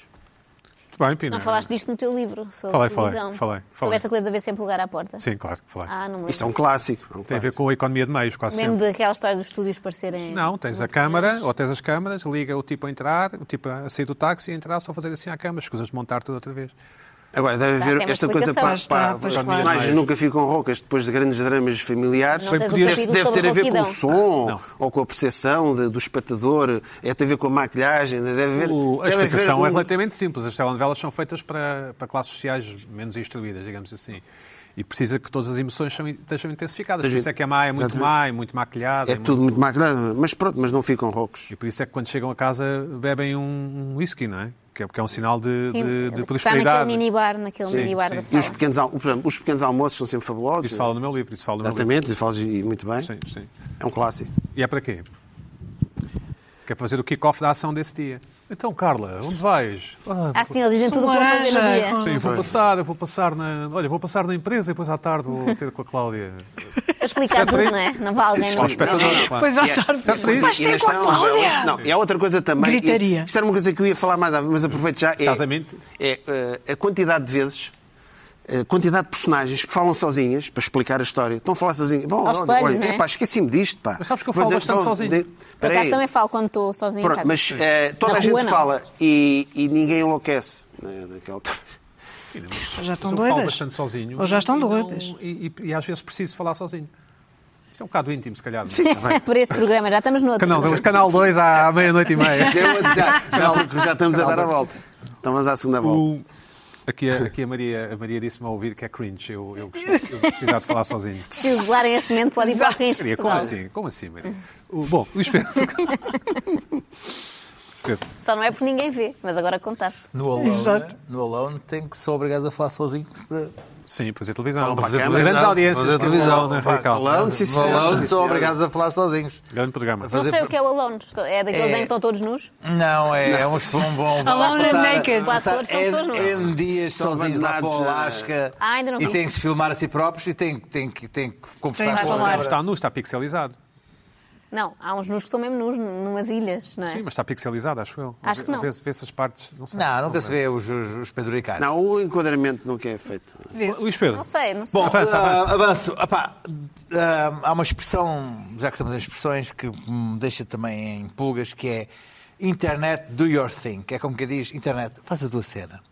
Speaker 1: Muito bem, Pina.
Speaker 4: Não falaste disto no teu livro sobre
Speaker 1: Falei, falei,
Speaker 4: televisão.
Speaker 1: falei, falei.
Speaker 4: Sobre esta coisa de haver sempre lugar à porta.
Speaker 1: Sim, claro que falei.
Speaker 4: Ah, não me
Speaker 2: Isto é
Speaker 4: lembro.
Speaker 2: um clássico. é um
Speaker 1: Tem a ver
Speaker 2: clássico.
Speaker 1: com a economia de meios, quase
Speaker 4: Lembro
Speaker 1: sempre.
Speaker 4: daquela história dos estúdios parecerem.
Speaker 1: Não, tens a
Speaker 4: muito
Speaker 1: câmara,
Speaker 4: grandes.
Speaker 1: ou tens as câmaras, liga o tipo a entrar, o tipo a sair do táxi e a entrar, só fazer assim à câmara, escusas de montar tudo outra vez.
Speaker 2: Agora, deve
Speaker 4: Dá, tem
Speaker 2: haver
Speaker 4: uma
Speaker 2: esta coisa
Speaker 4: explicação.
Speaker 2: para,
Speaker 3: Pois
Speaker 2: para,
Speaker 3: está, pois
Speaker 2: os
Speaker 3: claro.
Speaker 2: personagens nunca ficam roucas depois de grandes dramas familiares.
Speaker 4: Não tens
Speaker 1: um
Speaker 2: Deve,
Speaker 4: capítulo
Speaker 2: deve ter
Speaker 4: sobre
Speaker 2: a ver com
Speaker 4: rouquidão.
Speaker 2: o som
Speaker 1: Não.
Speaker 2: ou com a percepção de- do espectador, é tem a ver com a maquilhagem, deve haver.
Speaker 1: O- a
Speaker 2: deve haver
Speaker 1: explicação
Speaker 2: um-
Speaker 1: é relativamente simples. As telenovelas são feitas para, para classes sociais menos instruídas, digamos assim. E precisa que todas as emoções são- estejam intensificadas. Por isso é que a má é muito
Speaker 2: Exatamente.
Speaker 1: má, é muito maquilhada.
Speaker 2: É
Speaker 1: muito-
Speaker 2: tudo muito maquilhado, mas pronto, mas não ficam roucos.
Speaker 1: E por isso é que quando chegam a casa bebem um, um whisky, não é? Que é, porque é um sinal de,
Speaker 4: Sim,
Speaker 1: de, de
Speaker 4: é que está naquele
Speaker 1: prosperidade.
Speaker 4: minibar, naquele minibar da
Speaker 2: E
Speaker 4: sala.
Speaker 2: os pequenos, al- por exemplo, os pequenos almoços são sempre fabulosos.
Speaker 1: Isso fala no meu livro. Isso fala no meu livro.
Speaker 2: Exatamente, falas e muito bem.
Speaker 1: Sim, sim.
Speaker 2: É um clássico.
Speaker 1: E é para quê? Que é para fazer o kick-off da ação desse dia. Então, Carla, onde vais? Ah,
Speaker 4: Ah, sim, eles dizem tudo o que vão fazer no
Speaker 3: Laranja,
Speaker 4: dia.
Speaker 3: com-
Speaker 1: sim, eu vou passar, eu vou passar na. Olha, vou passar na empresa e depois à tarde vou ter com a Cláudia.
Speaker 4: Para explicar tudo, não é? Não vale alguém.
Speaker 1: Ao
Speaker 4: não-
Speaker 1: espectador, claro.
Speaker 3: Pois à
Speaker 2: E é-
Speaker 3: tarde.
Speaker 1: Certo para isso?
Speaker 3: Mas
Speaker 2: E
Speaker 3: tem
Speaker 2: nós
Speaker 3: com a
Speaker 2: estamos-
Speaker 3: Cláudia!
Speaker 2: um Não, e há outra coisa também.
Speaker 3: Gritaria.
Speaker 2: E- Isto era uma coisa que eu ia falar mais à mas aproveito já. É,
Speaker 1: Casamento.
Speaker 2: É eh, a quantidade de vezes, a quantidade de personagens que falam sozinhas, para explicar a história. Estão a falar sozinhas. Bom,
Speaker 4: Aos espelhos, não é?
Speaker 2: epá, esqueci-me disto, pá.
Speaker 1: Mas sabes que eu
Speaker 2: Vou
Speaker 1: falo
Speaker 2: de-
Speaker 1: bastante
Speaker 2: vou-
Speaker 1: sozinho.
Speaker 2: de-
Speaker 4: Por
Speaker 2: peraí.
Speaker 4: acaso também falo quando estou sozinha em
Speaker 2: Pronto,
Speaker 4: casa.
Speaker 2: mas eh, toda
Speaker 4: Na
Speaker 2: a gente
Speaker 4: rua, não.
Speaker 2: fala e, e ninguém enlouquece. Né, naquela...
Speaker 3: Já estão
Speaker 1: eu falo
Speaker 3: doidas.
Speaker 1: bastante sozinho.
Speaker 3: Ou já estão
Speaker 1: e não-
Speaker 3: doidas.
Speaker 1: E, e- e às vezes preciso falar sozinho. Isto é um bocado íntimo, se calhar. não é?
Speaker 4: Por este programa, já estamos no outro.
Speaker 1: Canal, canal 2 à meia-noite e meia.
Speaker 2: já, já, já, porque já estamos a dar a volta. Então vamos à segunda volta.
Speaker 1: O- Aqui, a, aqui a Maria, a Maria disse-me ao ouvir que é cringe. Eu, eu, eu precisava de falar sozinho.
Speaker 4: Se isolarem este momento, pode ir para o Cris
Speaker 1: Maria,
Speaker 4: de
Speaker 1: como
Speaker 4: Portugal.
Speaker 1: assim? Como assim, Maria? O- Bom, Luís Pedro. Pedro,
Speaker 4: Só não é porque ninguém vê, mas agora contaste.
Speaker 8: No Alone,
Speaker 3: Exato.
Speaker 8: né? no Alone tem que ser obrigado a falar sozinho. para-
Speaker 1: Sim, fazer televisão.
Speaker 2: Opa,
Speaker 1: fazer
Speaker 2: câmara,
Speaker 1: grandes
Speaker 2: não.
Speaker 1: audiências.
Speaker 5: Fazer
Speaker 1: televisão,
Speaker 5: televisão,
Speaker 1: né,
Speaker 5: pá,
Speaker 1: Radical?
Speaker 2: Alone, sim,
Speaker 5: No Alone,
Speaker 2: senhor.
Speaker 5: estão obrigados a falar sozinhos.
Speaker 1: Grande programa.
Speaker 4: Não
Speaker 5: Fazer-
Speaker 4: sei o que é o Alone. Estou- É daqueles em que estão todos nus?
Speaker 5: Não, é, é uns que vão. vão vão
Speaker 3: Alone
Speaker 5: lá
Speaker 3: and
Speaker 5: passar-
Speaker 3: naked.
Speaker 5: passar
Speaker 4: Os atores são pessoas novas.
Speaker 5: N, N dias
Speaker 2: São
Speaker 5: sozinhos lá para o
Speaker 2: abandonados, eh,
Speaker 5: Alasca.
Speaker 4: Ah, ainda não
Speaker 5: E
Speaker 4: vi.
Speaker 5: têm que se filmar a si próprios e têm, que- têm, que- têm que
Speaker 3: Têm
Speaker 5: conversar
Speaker 3: que
Speaker 5: com a
Speaker 3: falar.
Speaker 5: câmara.
Speaker 1: Está nu, está pixelizado.
Speaker 4: Não, há uns nus que são mesmo nus, numas ilhas, não é?
Speaker 1: Sim, mas está pixelizado, acho eu.
Speaker 4: Acho que não.
Speaker 1: Vê-se vê-se as partes. Não, sei.
Speaker 5: Não, nunca se vê os, os, os penduricários.
Speaker 2: Não, o enquadramento nunca é feito.
Speaker 3: Vê-se.
Speaker 1: Luís Pedro.
Speaker 4: Não sei, não sei.
Speaker 5: Bom,
Speaker 1: Avança,
Speaker 5: avanço,
Speaker 1: avança.
Speaker 5: avanço. Epá, ah, há uma expressão, já que estamos em expressões, que me deixa também em pulgas, que é internet, do your thing. Que é como que diz, internet, faz a tua cena.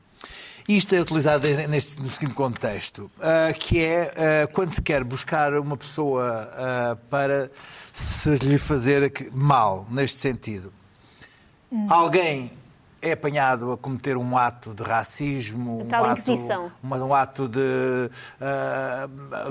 Speaker 5: E Isto é utilizado neste, no seguinte contexto, ah, que é ah, quando se quer buscar uma pessoa ah, para se lhe fazer que- mal, neste sentido. Alguém é apanhado a cometer um ato de racismo, um
Speaker 4: Aquela
Speaker 5: ato,
Speaker 4: Inquisição.
Speaker 5: uma- um ato de ah,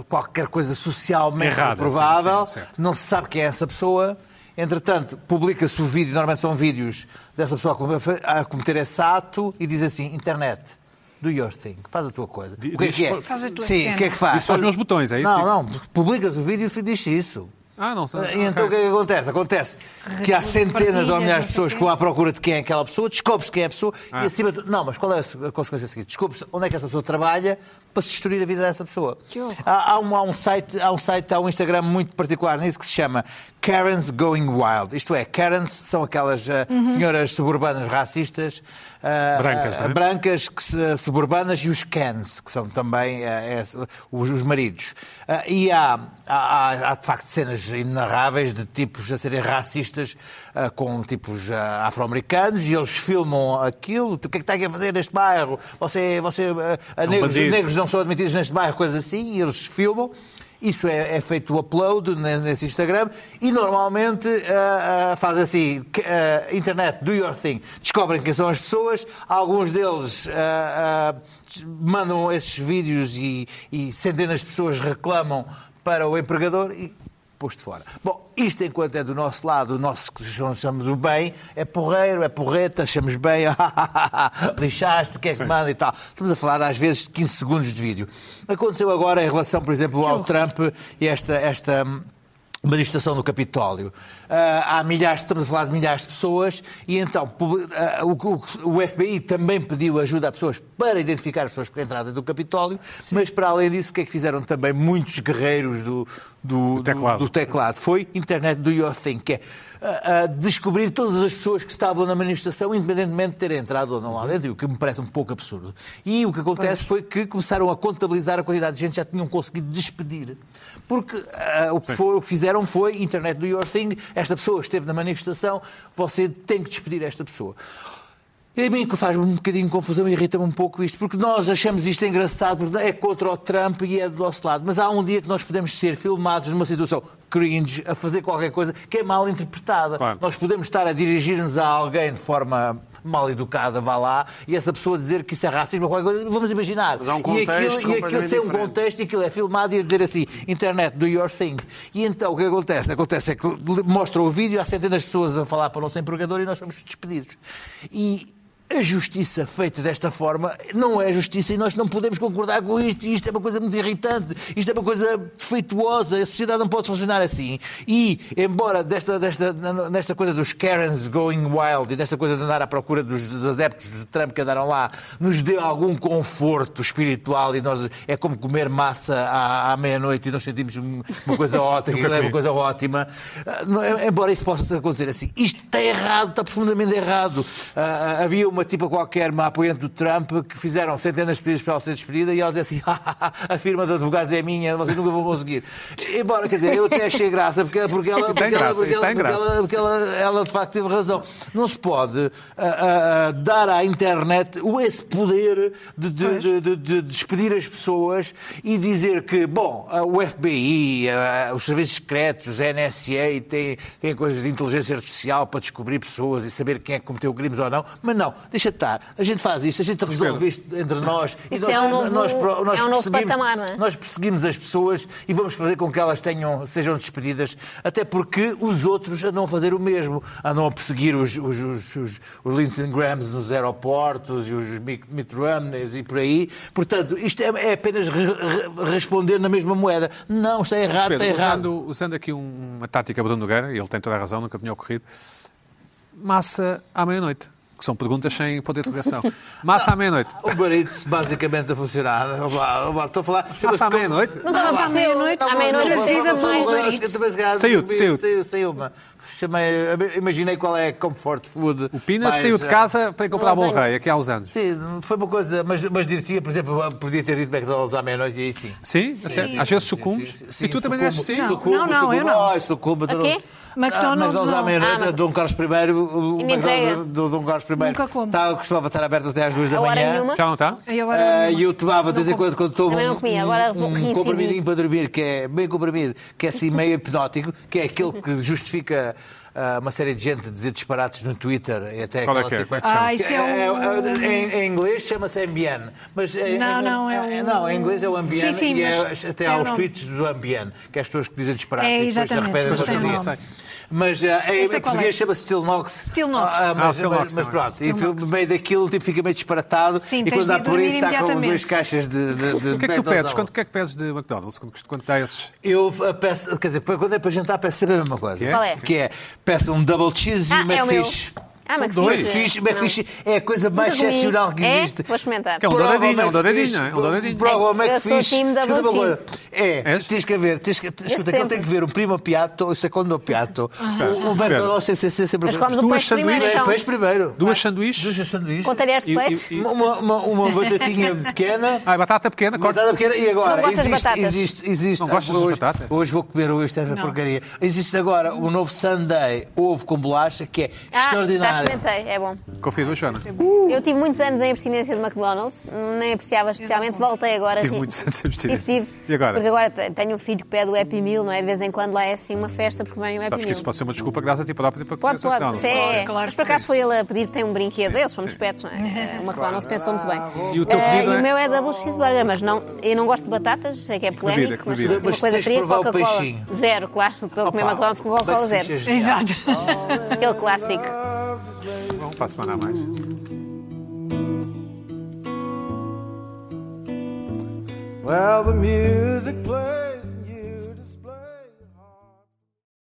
Speaker 5: qualquer coisa socialmente
Speaker 1: Errada,
Speaker 5: provável,
Speaker 1: sim, sim, certo.
Speaker 5: não se sabe quem é essa pessoa. Entretanto, publica-se o vídeo, normalmente são vídeos dessa pessoa a come- a cometer esse ato e diz assim: internet. Do your thing, faz a tua coisa.
Speaker 1: Di-
Speaker 5: o que é
Speaker 1: diz-
Speaker 5: que é?
Speaker 3: Faz a tua
Speaker 5: Sim,
Speaker 3: cena.
Speaker 5: o que é que faz?
Speaker 1: Diz só os meus botões, é isso?
Speaker 5: Não, não, publicas o vídeo e diz isso.
Speaker 1: Ah, não sei.
Speaker 5: E então o que é que acontece? Acontece que há centenas ou milhares de pessoas que vão à procura de quem é aquela pessoa, descobre-se quem é a pessoa
Speaker 1: Ah.
Speaker 5: e acima de tudo. Não, mas qual é a consequência seguinte? Descobre-se onde é que essa pessoa trabalha para se destruir a vida dessa pessoa. Há, há um, há, um site, há um site, há um Instagram muito particular nisso que se chama Karen's Going Wild. Isto é, Karens são aquelas ah, senhoras suburbanas racistas. ah,
Speaker 1: Brancas,
Speaker 5: ah,
Speaker 1: não é?
Speaker 5: brancas que se- suburbanas e os cans, que são também eh, eh, os, os maridos. Ah, e há, há- há- há, de facto cenas inenarráveis de tipos a serem racistas ah, com tipos ah, afro-americanos e eles filmam aquilo. O que é que está aqui a fazer neste bairro? Você, você, ah, negros,
Speaker 1: bandido.
Speaker 5: negros não são admitidos neste bairro, coisas assim, e eles filmam. Isso é, é feito o upload ne- nesse Instagram e normalmente ah, ah, faz assim: que, ah, internet, do your thing. Descobrem quem são as pessoas, alguns deles ah, ah, mandam esses vídeos e, e centenas de pessoas reclamam para o empregador e posto fora. Bom, isto enquanto é do nosso lado, o nosso que chamamos o bem, é porreiro, é porreta, achamos bem, lixaste, queres que manda e tal. Estamos a falar às vezes de 15 segundos de vídeo. Aconteceu agora em relação, por exemplo, ao Trump e esta. esta hum, manifestação do Capitólio. Ah, há milhares, estamos a falar de milhares de pessoas, e então publi- ah, o, que- o que o FBI também pediu ajuda a pessoas para identificar as pessoas que entraram dentro do Capitólio, mas para além disso, o que é que fizeram também muitos guerreiros do, do,
Speaker 1: Do teclado.
Speaker 5: do teclado? Foi internet do Your Thing, que é ah, ah, descobrir todas as pessoas que estavam na manifestação, independentemente de terem entrado ou não lá dentro, o que me parece um pouco absurdo. E o que acontece foi que começaram a contabilizar a quantidade de gente que já tinham conseguido despedir. Porque ah, o, que foi- o que fizeram foi internet do Your Thing, esta pessoa esteve na manifestação, você tem que despedir esta pessoa. E a mim que faz um bocadinho de confusão e irrita-me um pouco isto, porque nós achamos isto engraçado, porque é contra o Trump e é do nosso lado. Mas há um dia que nós podemos ser filmados numa situação cringe, a fazer qualquer coisa que é mal interpretada.
Speaker 1: Claro.
Speaker 5: Nós podemos estar a dirigir-nos a alguém de forma mal educada, vá lá, e essa pessoa dizer que isso é racismo ou qualquer coisa, vamos imaginar.
Speaker 2: Mas há um
Speaker 5: e
Speaker 2: contexto
Speaker 5: aquilo, e aquilo
Speaker 2: completamente
Speaker 5: ser um
Speaker 2: diferente.
Speaker 5: contexto texto e aquilo é filmado e a dizer assim, internet, do your thing. E então o que acontece? Acontece é que le- mostram o vídeo, há centenas de pessoas a falar para o nosso empregador e nós somos despedidos. E a justiça feita desta forma não é justiça e nós não podemos concordar com isto. E Isto é uma coisa muito irritante, isto é uma coisa defeituosa, a sociedade não pode funcionar assim. E, embora desta, desta, nesta coisa dos Karens going wild e desta coisa de andar à procura dos, dos adeptos de Trump que andaram lá, nos dê algum conforto espiritual e nós é como comer massa à, à meia-noite e nós sentimos um- uma coisa ótima, aquilo é uma coisa ótima. Ah, não é- Embora isso possa acontecer assim, isto está errado, está profundamente errado. Ah, ah, havia uma tipa qualquer, uma apoiante do Trump, que fizeram centenas de pedidos para ela ser despedida e ela dizia assim: a firma de advogados é minha, vocês nunca vão conseguir. Embora, quer dizer, eu até achei graça, porque, porque ela. Porque ela-
Speaker 1: graça,
Speaker 5: porque ela-
Speaker 1: tem
Speaker 5: porque
Speaker 1: graça.
Speaker 5: ela- porque ela, ela, de facto teve razão. Não se pode ah, ah, ah, dar à internet o- esse poder de, de- de- de- de despedir as pessoas e dizer que, bom, ah, o FBI, ah, os serviços secretos, a NSA têm, têm coisas de inteligência artificial para descobrir pessoas e saber quem é que cometeu crimes ou não, mas não, deixa de estar. A gente faz isto, a gente resolve isto entre nós. e
Speaker 4: Isso
Speaker 5: nós-
Speaker 4: é um novo-
Speaker 5: nós pro- nós
Speaker 4: é um novo
Speaker 5: perseguimos-
Speaker 4: patamar, não é?
Speaker 5: nós perseguimos as pessoas e vamos fazer com que elas tenham, sejam despedidas, até porque os outros andam a fazer o mesmo. Andam a perseguir os, os, os, os, os Lindsey Grahams nos aeroportos e os Mitt Mitt Romneys e por aí. Portanto, isto é, é apenas re- re- responder na mesma moeda. Não, está errado,
Speaker 1: Pedro,
Speaker 5: está tá errado.
Speaker 1: usando, usando aqui um- uma tática Bruno Nogueira, e ele tem toda a razão, nunca me tinha ocorrido, massa à meia-noite, que são perguntas sem ponto de interrogação. Massa à meia-noite.
Speaker 9: O barito basicamente a funcionar. Olá, olá, Estou a falar.
Speaker 1: Massa à meia-noite.
Speaker 3: Não estava à meia-noite,
Speaker 4: À meia-noite,
Speaker 3: trazida
Speaker 4: não,
Speaker 3: pelo
Speaker 4: não, não,
Speaker 3: Uber
Speaker 4: não,
Speaker 3: Eats.
Speaker 1: Saiu, saiu.
Speaker 5: Saiu, saiu. mas Chamei, imaginei qual é comfort food.
Speaker 1: O Pina saiu
Speaker 5: é,
Speaker 1: de casa para ir comprar bom rei, aqui há uns anos.
Speaker 5: Sim, foi uma coisa, mas, mas diretia, por exemplo, podia ter dito McDonald's à meia-noite e aí sim.
Speaker 1: Sim, é certo. às vezes sucumbes.
Speaker 5: Sim,
Speaker 1: E tu também
Speaker 5: sucumbo,
Speaker 1: és assim? sim.
Speaker 3: Não.
Speaker 5: sucumbo,
Speaker 3: não,
Speaker 5: sucumbo.
Speaker 3: eu não.
Speaker 5: Ai, sucumbo.
Speaker 4: A quê?
Speaker 5: Ah,
Speaker 3: McDonald's
Speaker 5: à
Speaker 3: não.
Speaker 5: meia-noite,
Speaker 4: Ah,
Speaker 5: Dom Carlos
Speaker 4: E
Speaker 5: I, o o
Speaker 4: nem
Speaker 5: McDonald's
Speaker 4: ideia.
Speaker 5: do Dom Carlos I.
Speaker 3: Nunca como.
Speaker 5: Tá, costumava estar aberto até às duas da
Speaker 4: A hora
Speaker 5: manhã.
Speaker 4: nenhuma.
Speaker 1: Já não tá? está?
Speaker 3: E agora
Speaker 5: Ah,
Speaker 3: não-
Speaker 5: E eu tomava de vez em
Speaker 3: não
Speaker 5: quando, quando tomo
Speaker 4: Também não comia, agora
Speaker 5: um, um
Speaker 4: reincidi.
Speaker 5: comprimidinho para dormir, que é bem comprimido, que é assim meio hipnótico, que é aquele que justifica ah, uma série de gente dizer disparates no Twitter e até
Speaker 1: Qual é
Speaker 5: aquela
Speaker 1: que é?
Speaker 5: tipo-
Speaker 1: Como é que se chama?
Speaker 3: Ah, isso é um...
Speaker 5: É, é, em, em inglês chama-se MBN. Mas é-
Speaker 3: Não,
Speaker 5: é-
Speaker 3: não, é
Speaker 5: é-
Speaker 3: um-
Speaker 5: Não, em inglês é o
Speaker 3: Sim,
Speaker 5: MBN
Speaker 3: sim,
Speaker 5: e é-
Speaker 3: mas
Speaker 5: até
Speaker 3: tem
Speaker 5: há
Speaker 3: o
Speaker 5: os
Speaker 3: nome.
Speaker 5: tweets do MBN, que é as pessoas que dizem disparates
Speaker 3: É,
Speaker 5: e depois se
Speaker 3: exatamente,
Speaker 5: arrependem
Speaker 3: mas
Speaker 5: do que
Speaker 3: tem o
Speaker 5: dizem.
Speaker 3: nome.
Speaker 5: Mas ah, em,
Speaker 3: Eu sei
Speaker 5: em
Speaker 3: qual é.
Speaker 5: português chama-se Still Knox.
Speaker 3: Still Knox.
Speaker 5: Ah,
Speaker 1: Ah,
Speaker 5: mas,
Speaker 1: Still
Speaker 5: mas-
Speaker 1: Knox,
Speaker 5: mas
Speaker 1: também.
Speaker 5: pronto, e tu, no meio daquilo tipo, fica meio disparatado
Speaker 3: Sim,
Speaker 5: e
Speaker 3: tens
Speaker 5: quando dá
Speaker 3: de
Speaker 5: por isso
Speaker 3: dormir
Speaker 5: está com
Speaker 3: imediatamente.
Speaker 5: duas caixas de. de, de
Speaker 1: O que é que tu
Speaker 5: Mentos
Speaker 1: pedes?
Speaker 5: ao-
Speaker 1: Quando, o que é que pedes de McDonald's? Quando, quando dá esses.
Speaker 5: Eu ah, peço, quer dizer, quando é para jantar, peço sempre a mesma coisa.
Speaker 1: Que é?
Speaker 4: Qual é?
Speaker 5: Que é, peço um double cheese e
Speaker 4: Ah,
Speaker 5: um
Speaker 4: é o meu.
Speaker 5: McFish.
Speaker 4: Ah,
Speaker 1: São
Speaker 4: mas
Speaker 1: dois.
Speaker 4: fixe.
Speaker 5: McFish,
Speaker 4: Não.
Speaker 5: McFish é a coisa mais
Speaker 4: Nunca comi.
Speaker 5: excepcional que
Speaker 4: É?
Speaker 5: existe.
Speaker 4: Vou experimentar.
Speaker 1: Que é um
Speaker 5: Prova
Speaker 1: douradinho, é um
Speaker 5: o
Speaker 1: douradinho,
Speaker 5: McFish.
Speaker 1: não é? É um douradinho.
Speaker 5: Prova o
Speaker 4: Eu sou
Speaker 5: McFish.
Speaker 4: time double
Speaker 5: Escuta uma coisa.
Speaker 4: cheese.
Speaker 5: É,
Speaker 1: És?
Speaker 5: tens que ver, tens que, escuta, que eu
Speaker 4: sempre.
Speaker 5: tenho que ver o primo piato, o segundo piato, o, o McDonald's tem que ser sempre...
Speaker 4: Mas comes o
Speaker 1: Duas
Speaker 4: peixe primeiro,
Speaker 1: sanduíches.
Speaker 4: então.
Speaker 5: Depois primeiro.
Speaker 1: Duas sanduíches?
Speaker 5: Duas sanduíches.
Speaker 4: Com talheres de
Speaker 1: E-
Speaker 4: peixe.
Speaker 1: e- e-
Speaker 5: Uma, uma, uma batatinha pequena.
Speaker 1: Ah, batata pequena,
Speaker 5: Uma
Speaker 1: corta.
Speaker 5: batata pequena. E agora?
Speaker 4: Não gostas de
Speaker 5: existe,
Speaker 4: batatas?
Speaker 5: existe, existe.
Speaker 1: Não gostas das
Speaker 5: hoje,
Speaker 1: batatas?
Speaker 5: Hoje vou comer hoje esta é porcaria. Existe agora o novo Sunday ovo com bolacha, que é
Speaker 4: Ah, já
Speaker 5: extraordinário.
Speaker 4: experimentei, é bom.
Speaker 1: Confia duas, Joana.
Speaker 4: Eu tive muitos anos em abstinência de McDonald's, nem apreciava especialmente, voltei agora.
Speaker 1: Tive
Speaker 4: sim.
Speaker 1: muitos anos de
Speaker 4: E
Speaker 1: abstinência.
Speaker 4: tive,
Speaker 1: E agora?
Speaker 4: Porque agora te- tenho um filho que pede o Happy Meal, não é? De vez em quando lá é assim uma festa porque vem o Happy
Speaker 1: Hum. Sabes que
Speaker 4: Meal.
Speaker 1: isso pode ser uma desculpa que dás a ti próprio para
Speaker 4: Pode,
Speaker 1: comeres
Speaker 4: pode,
Speaker 1: McDonald's.
Speaker 4: até é.
Speaker 3: Claro.
Speaker 4: Mas por acaso foi ele a pedir, tem um brinquedo. Eles são espertos, não é? O McDonald's pensou muito
Speaker 5: Ah,
Speaker 4: bem.
Speaker 1: E o teu
Speaker 4: Eh,
Speaker 1: pedido
Speaker 4: e
Speaker 1: é?
Speaker 4: o meu é double cheeseburger, mas não, eu não gosto de batatas, sei que é polémico,
Speaker 1: bebida, que
Speaker 4: mas
Speaker 1: bebida?
Speaker 4: se fosse uma
Speaker 5: Mas
Speaker 4: coisa
Speaker 5: tens de
Speaker 4: fria,
Speaker 5: provar o
Speaker 4: Coca-Cola.
Speaker 5: peixinho.
Speaker 4: Zero, claro. Estou a comer
Speaker 5: Opa,
Speaker 4: McDonald's com Coca-Cola
Speaker 5: McFish
Speaker 4: zero.
Speaker 5: é genial.
Speaker 3: Exato.
Speaker 4: Aquele clássico.
Speaker 1: Bom, para a semana a mais.
Speaker 6: Well, the music plays.